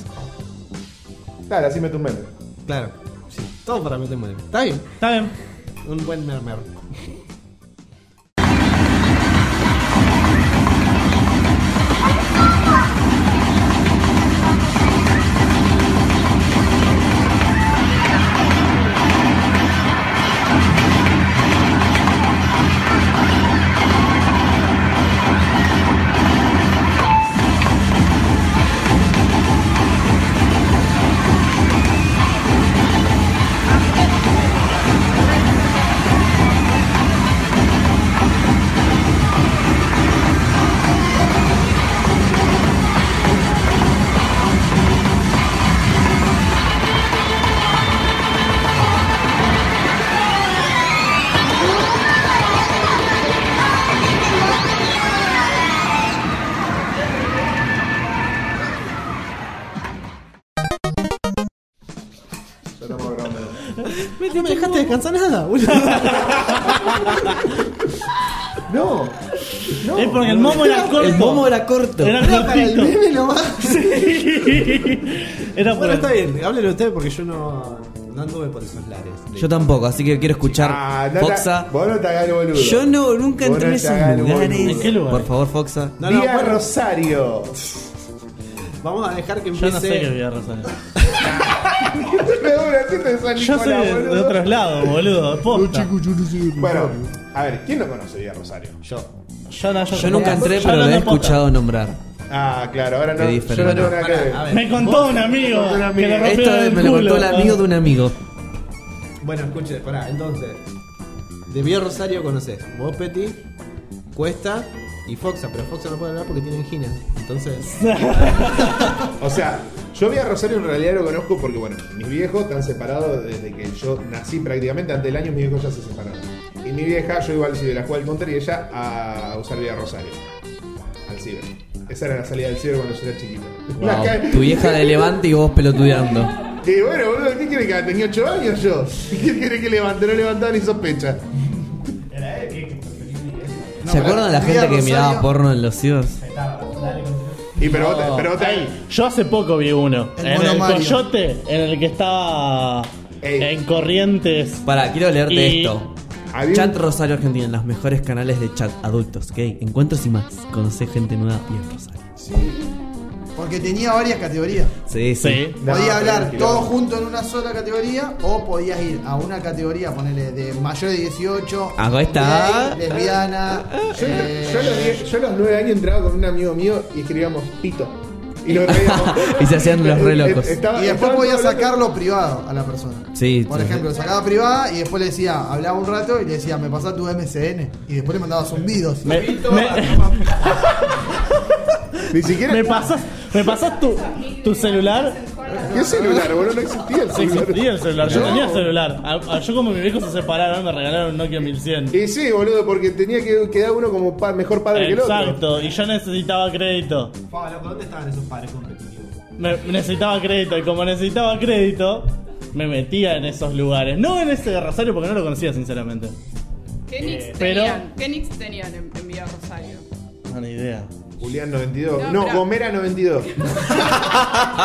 Claro, así me un meme. Claro, sí. Todo para meter mano. Está bien. Está bien. Un buen mermer. Ya estamos grabando. No me dejaste descansar nada, boludo. No, no. Es porque el momo era corto. El momo era corto. Era cortito. Meme nomás. Era por Bueno, el- está bien, háblelo usted porque yo no, no anduve por esos lares. Yo tampoco, así que quiero escuchar Ah, no te- Foxa. vos no te hagas el boludo. Yo no, nunca Vos entré no en te esos hagas el lugares. boludo. ¿En qué lugar? Por favor, Foxa. No, no, Vía bueno. Rosario. Vamos a dejar que Yo no sé qué empiece. voy a Rosario. [laughs] Me da una cita de San Yo soy Nicolás, de, de boludo. otros lados, boludo. posta. Bueno, a ver, ¿quién no conoce Villa Rosario? Yo. Yo, no- yo- Yo nunca entré, yo pero no- lo he no, posta. escuchado nombrar. Ah, claro, ahora no. Qué Yo no diferente. tengo nada que ver. Pará, a ver. Me contó un amigo contó un que amigo. le rompieron Esto el me lo culo. contó el amigo de un amigo. Bueno, escuche, pará, entonces. De Vía Rosario conoces vos, Peti, Cuesta, y Foxa, pero Foxa no puede hablar porque tiene angina. Entonces, O sea, yo vi a Rosario en realidad lo conozco porque, bueno, mis viejos están separados desde que yo nací prácticamente. Antes del año mis viejos ya se separaron. Y mi vieja, yo iba al ciber a jugar al counter y ella a usar vida Rosario. Al ciber. Esa era la salida del ciber cuando yo era chiquito. La ca- Wow, tu vieja de levante y vos pelotudeando. [laughs] Y bueno, boludo, ¿qué quiere que haga? Tenía 8 años yo. [laughs] ¿Qué quiere que levante? No levantaba ni sospecha. ¿Se acuerdan de la Vida gente que Rosario- miraba porno en los cibers? Y pero vos, te- pero vos te- Yo hace poco vi uno. El en mono el Mario. Coyote, en el que estaba Ey. en Corrientes. Para, quiero leerte Y- esto. Había un- Chat Rosario Argentina, en los mejores canales de chat adultos, gay, encuentros y más. Conoce gente nueva y en Rosario. Porque tenía varias categorías. Sí, sí. Sí. No, Podías pero hablar es todo quilombo. junto en una sola categoría o podías ir a una categoría, ponerle de mayor de 18. Acá está. gay, lesbiana. Yo, eh, yo a los diez- yo a los 9 años entraba con un amigo mío y escribíamos pito. Y, lo reíamos. [laughs] Y se hacían los re locos. Estaba- y después estaban podías todos locos. sacarlo privado a la persona. Sí, Por sí. ejemplo, lo sacaba privada y después le decía, hablaba un rato y le decía, me pasa tu MCN. Y después le mandaba zumbidos. Me, me- Ni siquiera. [laughs] me pasas, me pasas tu, tu celular. ¿Qué celular, boludo? No existía el [laughs] Sí, celular. existía el celular, yo No. tenía celular. A- a- yo como mis viejos se separaron, me regalaron un Nokia 1100. Y sí, boludo, porque tenía que quedar uno como pa- mejor padre que el otro. Exacto, y yo necesitaba crédito. ¿dónde estaban esos pares competitivos? Me- necesitaba crédito, y como necesitaba crédito, me metía en esos lugares. No en ese de Rosario porque no lo conocía, sinceramente. ¿Qué nicks pero- tenían? ¿Qué nicks tenían en, en Villa Rosario? No, ni idea. Julián 92. No, No, pero- Gomera 92.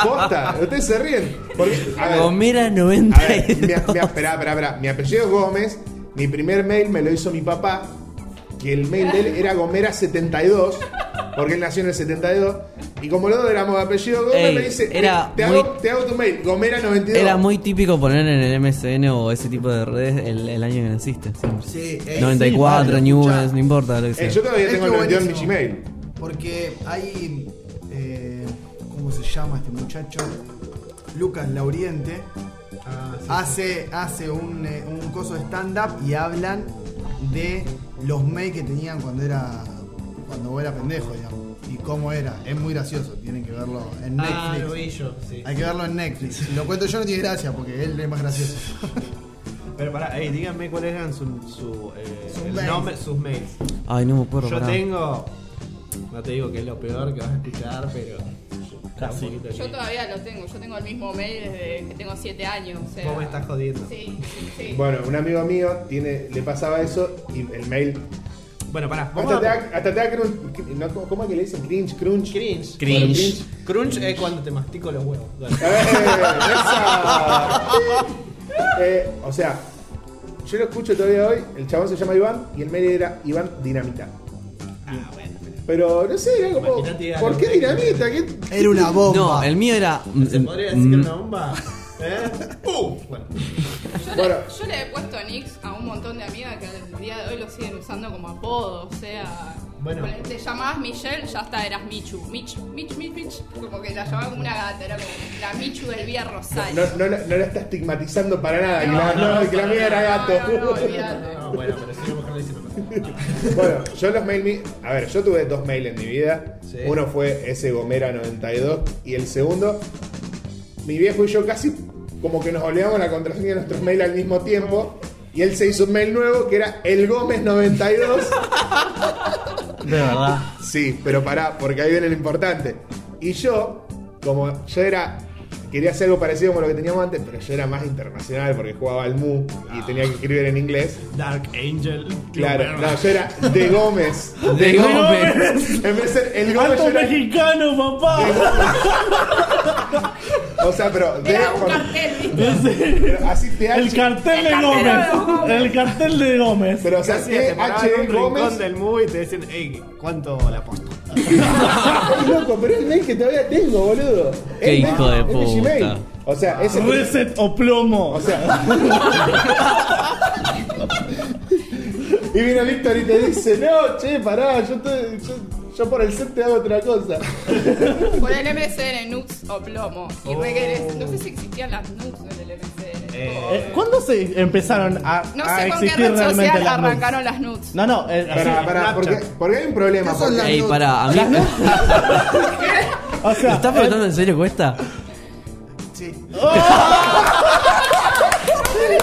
Posta, ustedes se ríen. Porque, a ver, Gomera a ver, 90. mi, a- mi a- esperá, esperá, esperá. Mi apellido es Gómez. Mi primer mail me lo hizo mi papá. Que el mail de él era Gomera 72. Porque él nació en el 72. Y como los dos éramos de apellido Gómez, Ey, me dice: "Eh, era te, muy- hago, te hago tu mail, Gomera 92. Era muy típico poner en el MSN o ese tipo de redes el, el año que naciste. siempre. Sí, eh, sí, 94, padre, escuchá. Nubes, no importa lo que sea. Eh, yo todavía Esto tengo el 92 en mi buenísimo. Gmail. Porque hay. eh, ¿Cómo se llama este muchacho? Lucas Lauriente. Ah, hace, hace un, eh, un coso de stand-up y hablan de los mails que tenían cuando era. cuando vos era pendejo, digamos. Y cómo era. Es muy gracioso. Tienen que verlo en Netflix. Ah, lo vi yo, sí. Hay que verlo en Netflix. Si lo cuento yo no tiene gracia porque él es más [laughs] gracioso. Pero pará, ey, díganme cuáles eran su, su, eh, Sus el mails. nombre- sus mails. Ay, no me acuerdo. Yo pará. tengo. No te digo que es lo peor que vas a escuchar, pero. Casi. Un poquito Yo de- todavía lo tengo, yo tengo el mismo mail desde que tengo 7 años. O sea, Vos me estás jodiendo. Sí, sí, sí. Bueno, un amigo mío tiene, le pasaba eso y el mail. Bueno, pará. Vamos Hasta te, da, a... hasta te da crunch. no, ¿cómo- ¿Cómo es que le dicen? Cringe, crunch. Bueno, Cringe. Cringe. Crunch es cuando te mastico los huevos. Dale. ¡Eh! ¡Esa! Eh, o sea, yo lo escucho todavía hoy. El chabón se llama Iván y el mail era Iván Dinamita. Ah, bueno. Pero no sé, era como. Imaginate ¿Por algo. qué dinamita? ¿Qué? Era una bomba. No, el mío era. ¿Se podría decir que era una bomba? [laughs] ¿Eh? ¡Uh! Bueno. Yo, Bueno. le, yo le he puesto nicks a un montón de amigas que al día de hoy lo siguen usando como apodo, o sea... Bueno. ponele, Te llamabas Michelle, ya hasta eras Michu. Mich, Mich, Mich, Mich. Como que la llamaban como una gata, era como la Michu del Vía Rosario. No, no, la- no la está estigmatizando para nada. que la, No, no, que la mía era gato. No, no, no, olvídate. No, bueno, pero si no, mejor no diciendo Bueno, yo los mail. mi- A ver, yo tuve dos mail en mi vida. Sí. Uno fue ese Gomera 92 y el segundo, mi viejo y yo casi como que nos olvidamos la contraseña de nuestros mail al mismo tiempo. Y él se hizo un mail nuevo que era el Gómez 92. De verdad. Sí, pero pará, porque ahí viene lo importante. Y yo, como yo era. Quería hacer algo parecido como lo que teníamos antes, pero yo era más internacional porque jugaba al MU y tenía que escribir en inglés. Dark Angel. Claro, no, yo era de Gómez. De Gómez. En vez de ser el Gómez, yo ¡Alto era mexicano, papá! O sea, pero, de- Era un con- cartel, ¿viste? Ese- pero así TH. El cartel de El cartel de Gómez. Gómez. El cartel de Gómez. pero o sea, Casi te paraban en TH un Gómez. [laughs] rincón del movie y te decían, ey, ¿cuánto la posta? Ay, loco, pero es el mail que todavía tengo, boludo. Qué El hijo mail, de es mi puta. Gmail. O sea, ese Reset o [laughs] plomo. o sea. y vino Víctor y te dice, "No, che, pará, yo te- yo, yo por el set te hago otra cosa." Por el MSN, Nux o Plomo. Y re querés- no sé si existían las Nux en el MSN. Oh. Eh, ¿Cuándo se empezaron a, No a sé con qué existir red realmente social las nudes? arrancaron las nudes. No, no, eh, así, Pará, pará, Snapchat. porque, porque hay un problema. ¿Qué son porque- las Ey, nudes? pará, a mí. Las nudes. [laughs] O sea, ¿Estás eh, preguntando en serio cuesta? Sí. ¿Pueden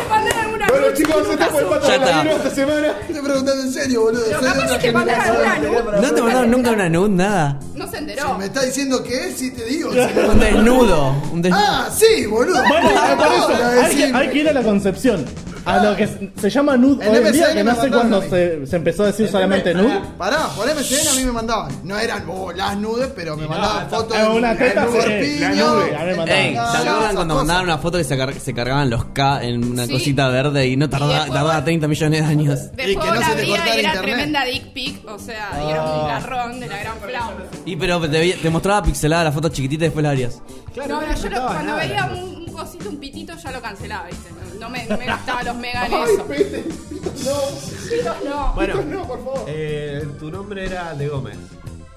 mandar alguna Bueno, nude? chicos, este fue el pato Ya de la está. esta semana. Estoy preguntando en serio, boludo. Pero Soy de capaz otra que te generación, mandaron una, ¿no? tenía para ¿No te mandaron nunca una nud? Nada. No se preguntar. enteró. ¿Me está diciendo que es? Sí, te digo. Un desnudo. Un desnudo. Ah, sí, boludo. Bueno, eh, Ah, por eso, ahora hay, que, decime. hay que ir a la concepción. A lo que se se llama nude En hoy en día, que MSN me no sé mandaron a cuándo mí. se, se empezó a decir solamente nude. Pará, por MSN a mí me mandaban. No eran oh, las nudes, pero me mandaban fotos eh, una teta, de un sí, la corpiño. nube, la nube. Ey, ¿se Ah, acuerdan esas cuando cosas. mandaban una foto que se, car- se cargaban los K en una Sí. cosita verde y no Y tardaba, después- tardaba 30 millones de años? Y Después que no la se te abría cortara y era internet. tremenda dick pic, o sea, y era un garrón de la gran flau. Y pero te, vi- te mostraba pixelada la foto chiquitita y después la harías. no, no, yo lo- cuando veía un, un cosito, un pitito, ya lo cancelaba, ¿viste? No, no me, no me gastaba los mega [laughs] en Ay, eso. pete. Pitos no. Bueno, No, por favor. eh, tu nombre era de Gómez.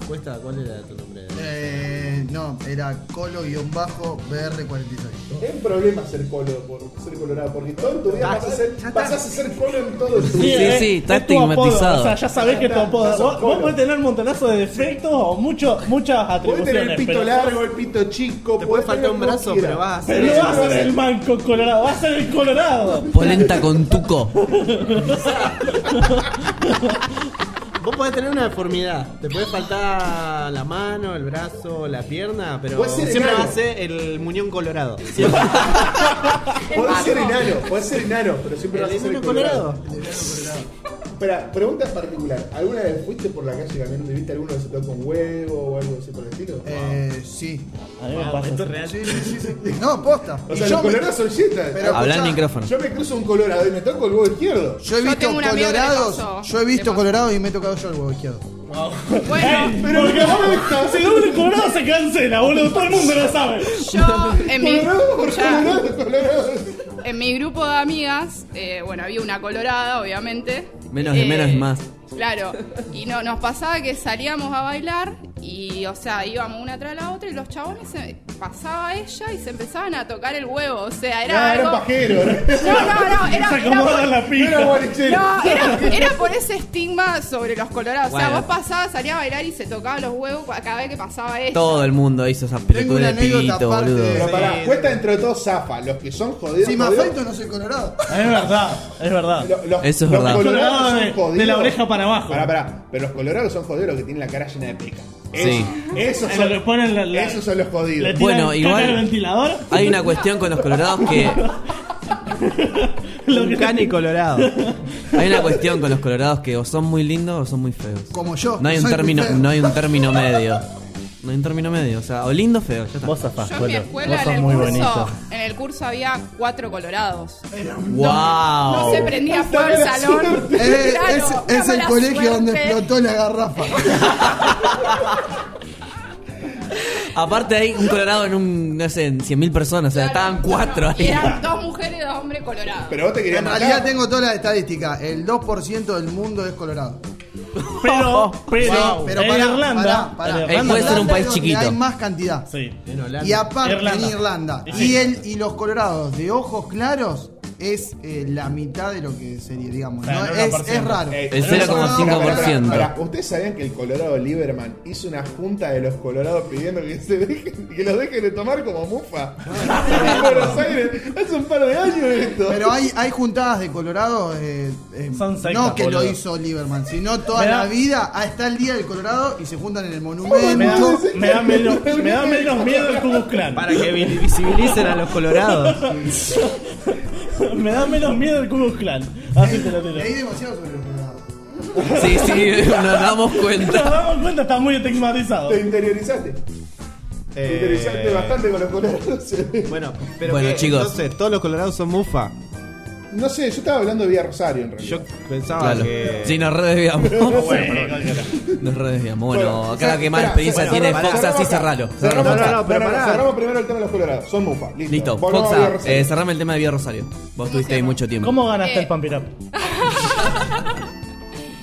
Cuesta, ¿cuál era tu nombre? Eh, no, era colo-br46. Es un problema ser colo, por, ser colorado, porque todo en tu Ah, vida vas a ser, vas a ser colo en todo tu Sí, vida. sí, eh, sí, está es tu apodo, estigmatizado. O sea, ya sabés que es tu apodo. Ya sos Vos, vos polo. podés tener un montonazo de defectos o mucho, muchas Puedes atribuciones. tener el pito pero- largo, el pito chico, Te puede podés faltar tener un lo que brazo, quieras. pero vas a Pero ser. no vas a ser el manco colorado, vas a ser el colorado. Polenta con tuco. Vos podés tener una deformidad. Te puede faltar la mano, el brazo, la pierna, pero Puede ser siempre enano. va a ser el muñón [laughs] colorado. Podés ser bajo. enano, podés ser enano, pero siempre vas a ser muñón colorado. Espera, pregunta particular. ¿Alguna vez fuiste por la calle caminando y viste alguno que se tocó un huevo o algo así por el estilo? Eh, sí. A mí me pasa. esto es eso. real. Sí, sí, sí, sí. No, posta. O Y sea, yo los me- colorados son yetas. Pero- Habla al escuchá, micrófono. Yo me cruzo un colorado y me toco el huevo izquierdo. Yo he Yo visto tengo un amigo que le pasó. colorados. Yo he Le visto pasó. colorados y me he tocado yo el huevo izquierdo. Bueno, Ey, porque vos me dejás. Si doble colorado se cancela, boludo. Todo el mundo lo sabe. yo en mi, Colorado por escuchá, colorado, colorado. en mi grupo de amigas, eh, bueno, había una colorada, obviamente. Menos de Eh, menos es más. Claro, y no, nos pasaba que salíamos a bailar y, o sea, íbamos una tras la otra y los chabones se, pasaba ella y se empezaban a tocar el huevo, o sea, era Ah, era un algo... pajero. [laughs] ¿no? No, [laughs] no, no, era, Se era por- acomoda la Era pija. guarichero. No, [laughs] era, era por ese estigma sobre los colorados. O sea, Bueno. vos pasabas, salías a bailar y se tocaban los huevos cada vez que pasaba esto. Todo el mundo hizo esas Tengo películas una de anécdota pibito, aparte boludo. Pero Sí, pará, sí. cuesta dentro de todos zafa. Los que son jodidos. Si me jodidos, afeito no soy colorado. Es verdad, es verdad. lo- los- Eso es los verdad. colorados son Colorado de, jodidos. de la oreja para abajo. Pará, pará. Pero los colorados son jodidos los que tienen la cara llena de peca. Es- Sí. Esos Es son, Ah, lo que ponen la- la- esos son los Le jodidos. tiran Bueno, caca igual- al ventilador. Hay una cuestión con los colorados que. Lo Un que- cani colorado. Hay una cuestión con los colorados que o son muy lindos o son muy feos. Como yo. No hay un soy muy término, feo. no hay un término medio. No hay un término medio, o sea, o lindo o feo, ya está. Vos zafás, Yo en mi Colo. escuela, Vos en sos el, muy curso, bonito. en el curso había cuatro colorados. ¡Wow! No se prendía fuego el mala salón. Eh, Claro, [laughs] [laughs] es una es el mala colegio donde suerte. explotó la [laughs] garrafa. Aparte hay un colorado en un, no sé, en 100.000 personas, o sea, Claro, estaban cuatro no, ahí. Eran dos mujeres y dos hombres colorados. Pero vos te querías En matar. realidad tengo todas las estadísticas. El 2% del mundo es colorado. [laughs] Pero, pero, Sí, en pará, Irlanda. pará, pará. en Eh, Irlanda puede ser un Irlanda país es donde chiquito. Hay más cantidad. Sí. Y aparte Irlanda. en Irlanda. Sí. Y, el, y los colorados de ojos claros es eh, la mitad de lo que sería, digamos. O sea, ¿no? el es, 1%. es raro. Eh, El pero no, 0,5%. pará, pará, pará. ¿Ustedes sabían que el Colorado Lieberman hizo una junta de los colorados pidiendo que se dejen, que los dejen de tomar como mufa? en Buenos Aires, hace un par de años esto. Ah, Pero hay, hay juntadas de Colorado, eh, eh, Son sectas, no que boludo. lo hizo Lieberman, sino toda Me da- la vida, ah, está el día del Colorado y se juntan en el Me da, monumento. me da menos, me da menos miedo el Ku Klux Klan. Para que vi- visibilicen a [laughs] los colorados. Me da menos miedo el Ku Klux Klan. Así te lo tiro. Leí demasiado sobre los Colorados. Sí, sí, [laughs] nos damos Nos cuenta. damos cuenta, está muy estigmatizado. Te interiorizaste. Te Eh, interiorizaste bastante con los [laughs] colorados. Bueno, pero Bueno, que, chicos. entonces todos los colorados son mufa. No sé, yo estaba hablando de Vía Rosario en realidad. Yo pensaba Claro. que Sí, nos redesviamos. Bueno, Nos redesviamos. Bueno, Bueno, acá la que más espera, experiencia bueno, tiene cerramos Fox, acá, así cerralo. cerramos Cerramos acá. No, Fox. no, no, pero no, pará. cerramos primero el tema de los colorados. Son mufa. Listo. Listo, Volvamos Fox, a Vía Rosario. eh, cerrame el tema de Vía Rosario. Vos estuviste ahí mucho tiempo. ¿Cómo ganaste Eh. el Pampirap?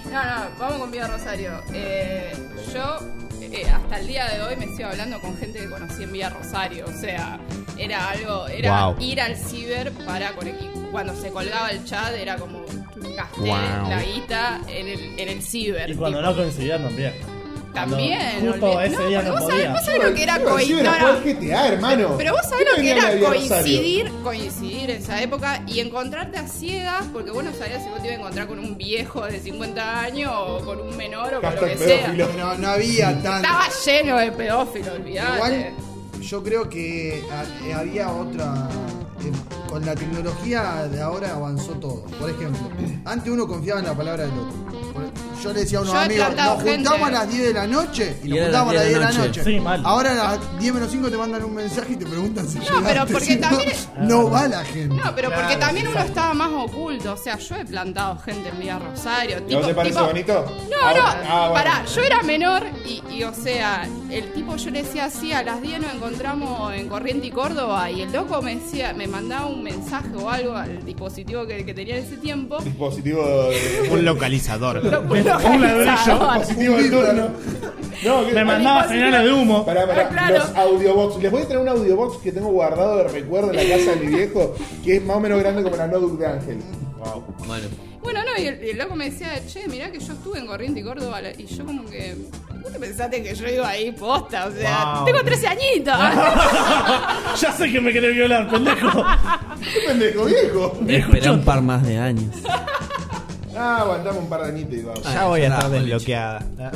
No, no, vamos con Vía Rosario. Eh, yo eh, hasta el día de hoy me sigo hablando con gente que conocí en Vía Rosario. O sea, Era algo, era Wow. ir al ciber para conectar. Cuando se colgaba el chat era como gasté Wow. la guita en el, en el ciber. Y cuando tipo. no conseguían también. Cuando También. Justo olvidé- ese no, día pero no vos sabés, podía. vos sabés lo que era coincidir. GTA, hermano. Pero vos sabés lo ¿Qué que venía era de Rosario? coincidir, coincidir en esa época y encontrarte a ciegas, porque vos no sabías si vos te ibas a encontrar con un viejo de 50 años o con un menor o con lo Hashtag que sea. pedófilo. Pero no había tanto. Estaba lleno de pedófilos, olvidate. Igual, yo creo que ha- eh, había otra. eh, con la tecnología de ahora avanzó todo. Por ejemplo, antes uno confiaba en la palabra del otro. Por- Yo le decía a unos Yo he amigos, plantado nos juntamos gente. a las 10 de la noche y Y nos era juntamos a las 10 de la noche. Sí, mal. Ahora a las 10 menos 5 te mandan un mensaje y te preguntan si No, pero llegaste, porque si no, también- No va la gente. No, pero Claro, porque también sí, uno sí. estaba más oculto. O sea, yo he plantado gente en Villa Rosario. ¿No tipo- te parece tipo- bonito? No, Ah, no, ah, bueno. pará, yo era menor y, y, o sea, el tipo yo le decía así, a las 10 nos encontramos en Corriente y Córdoba y el loco me decía, me mandaba un mensaje o algo al dispositivo que, que tenía en ese tiempo. Dispositivo de... [laughs] Un localizador. Lo- Un ladrillo. Dispositivo de turno. No, que- Me mandaba señales de humo. Pará, Ah, pará, claro. los audiobox. Les voy a traer un audiobox que tengo guardado de recuerdo en la casa de mi viejo, que es más o menos grande como la notebook de Ángel. Bueno, Bueno, no, y el, y el loco me decía, che, mirá que yo estuve en Corriente y Córdoba y yo como que... ¿Vos te pensaste que yo iba ahí posta? O sea, Wow. tengo 13 [laughs] añitos. [laughs] Ya sé que me querés violar, pendejo. ¡Qué pendejo viejo! Viejo espera chota. un par más [laughs] de años. [laughs] Ah, aguantame un par de añitos y vamos. Ya voy a Ah, Ya estar está, desbloqueada.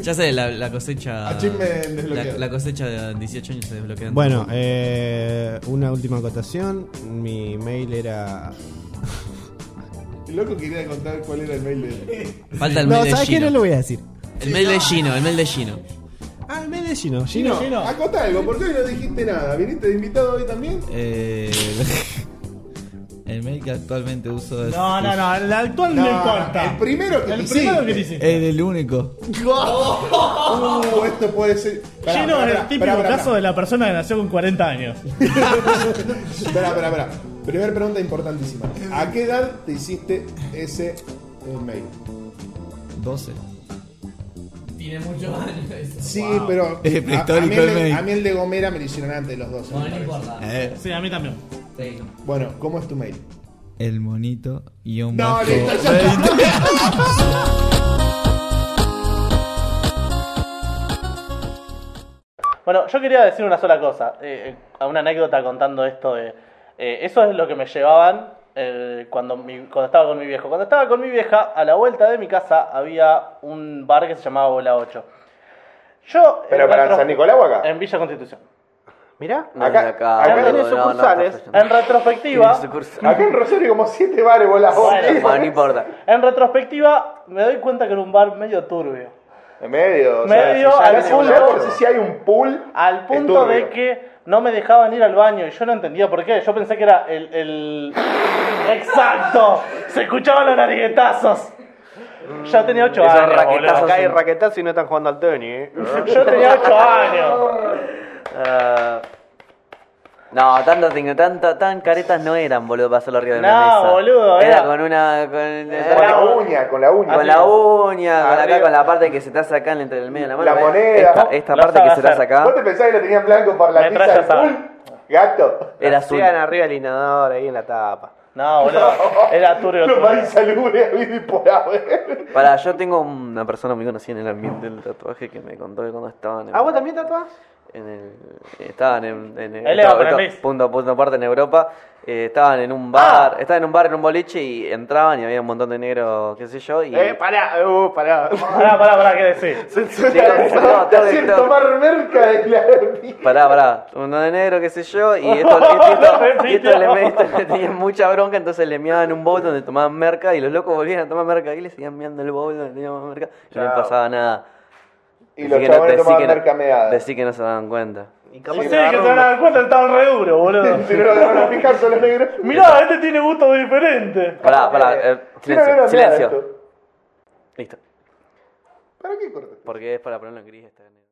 ya sé, la, la cosecha. Achievement La, desbloqueado. la cosecha de 18 años se desbloquea. Bueno, eh, una última acotación. Mi mail era. El loco quería contar cuál era el mail de [laughs] él. falta el no, mail de ¿sabes qué? Gino. No lo voy a decir. El mail de Gino, el mail de Gino. Ah, el mail de Gino. Gino. Gino, Gino. acota algo, ¿por qué hoy no dijiste nada? ¿Viniste de invitado hoy también? Eh, [laughs] el mail que actualmente uso es. No, no, no, el actual no, No, importa. Ah, el primero que El te primero que hiciste. te hiciste. Es el único. Uh, esto puede ser. Pará, Gino pará, es el pará, típico pará, pará, caso de la persona que nació con 40 años. Pará, pará, pará. Primera pregunta importantísima. ¿A qué edad te hiciste ese eh, mail? 12. Tiene muchos años eso. Sí, pero. Es a- a, mí prehistórico el el de- mail. a mí el de Gomera me lo hicieron antes de los 12. me No, no parece. importa. Sí, a mí también. Sí. Bueno, ¿cómo es tu mail? El monito y un No, listo, ya Bueno, yo quería decir una sola cosa, eh, eh, una anécdota contando esto de... eh, eso es lo que me llevaban eh, cuando, mi- cuando estaba con mi viejo. Cuando estaba con mi vieja, a la vuelta de mi casa había un bar que se llamaba Bola 8. Yo... ¿Pero en para retro- San Nicolau o acá? Ah, En Villa Constitución. Mirá, No, acá- no, acá, acá boludo, tiene no, no, sucursales. no, no. en retrospectiva... Tiene sucursal. Acá en Rosario hay como 7 bares, vos la Bueno, Bueno, no importa. En retrospectiva me doy cuenta que era un bar medio turbio. En medio. o Medio, sea, al ya por- punto- ya por si hay un pool. Al punto es turbio. de que no me dejaban ir al baño y yo no entendía por qué. Yo pensé que era el. el- ¡Exacto! Se escuchaban los nariguetazos. Yo tenía 8 Esos años. raquetazos, boludo. acá hay raquetazos y no están jugando al tenis, ¿eh? [laughs] Yo tenía 8 años. Ah, no, tanto, tengo- tanto, tan caretas no eran, boludo, para hacerlo arriba de No, una mesa. boludo, era, era- con una. Con, Con la con uña, con la uña. la uña, con acá, Arriba. con la parte que se te hace acá en- entre el medio de la mano. La ¿ves? moneda. Esta, esta Lo parte sabe que se te hace hacer. acá ¿Vos te pensás que lo tenían blanco por la Me pizza traes del asado. pool? Gato. era azul. Hacían arriba el inodoro ahí en la tapa. No, boludo. Era [laughs] turbio. Lo turbio. más insalubre habido y por haber. Para, yo tengo una persona muy conocida en el ambiente del tatuaje que me contó que cuando estaban en. ¿A vos también tatuás? en el, estaban en, en, en- Ahí le va esto- con el esto- Luis. punto punto parte en Europa eh, estaban en un bar estaban en un bar en un boliche y entraban y había un montón de negros qué sé yo y Eh, pará, uh, [laughs] pará. Pará, pará, pará, ¿qué decís? Chicos, no, Te todo hacían esto- tomar merca de Clavermí. Pará, pará, uno de negro, qué sé yo, y esto, esto- esto- repitió. y esto le, esto le tenían mucha bronca, entonces le miaban un bowl donde tomaban merca y los locos volvían a tomar merca y le seguían miando el bowl donde tenían más merca y no les Chao. pasaba nada. Y Decí los que no- chabones decí tomaban que no- merca meada. Decí que no se daban cuenta. Y Sí, capaz que que se me van a agarró dar cuenta, estaban re duro, boludo. Si [laughs] no lo van a fijar son los negros. Mirá, este tiene gusto diferente. Pará, pará, eh, Si no lo silencio, van a mirar silencio. esto. Listo. ¿Para qué cortas? Porque es para ponerlo en gris. este Está en el-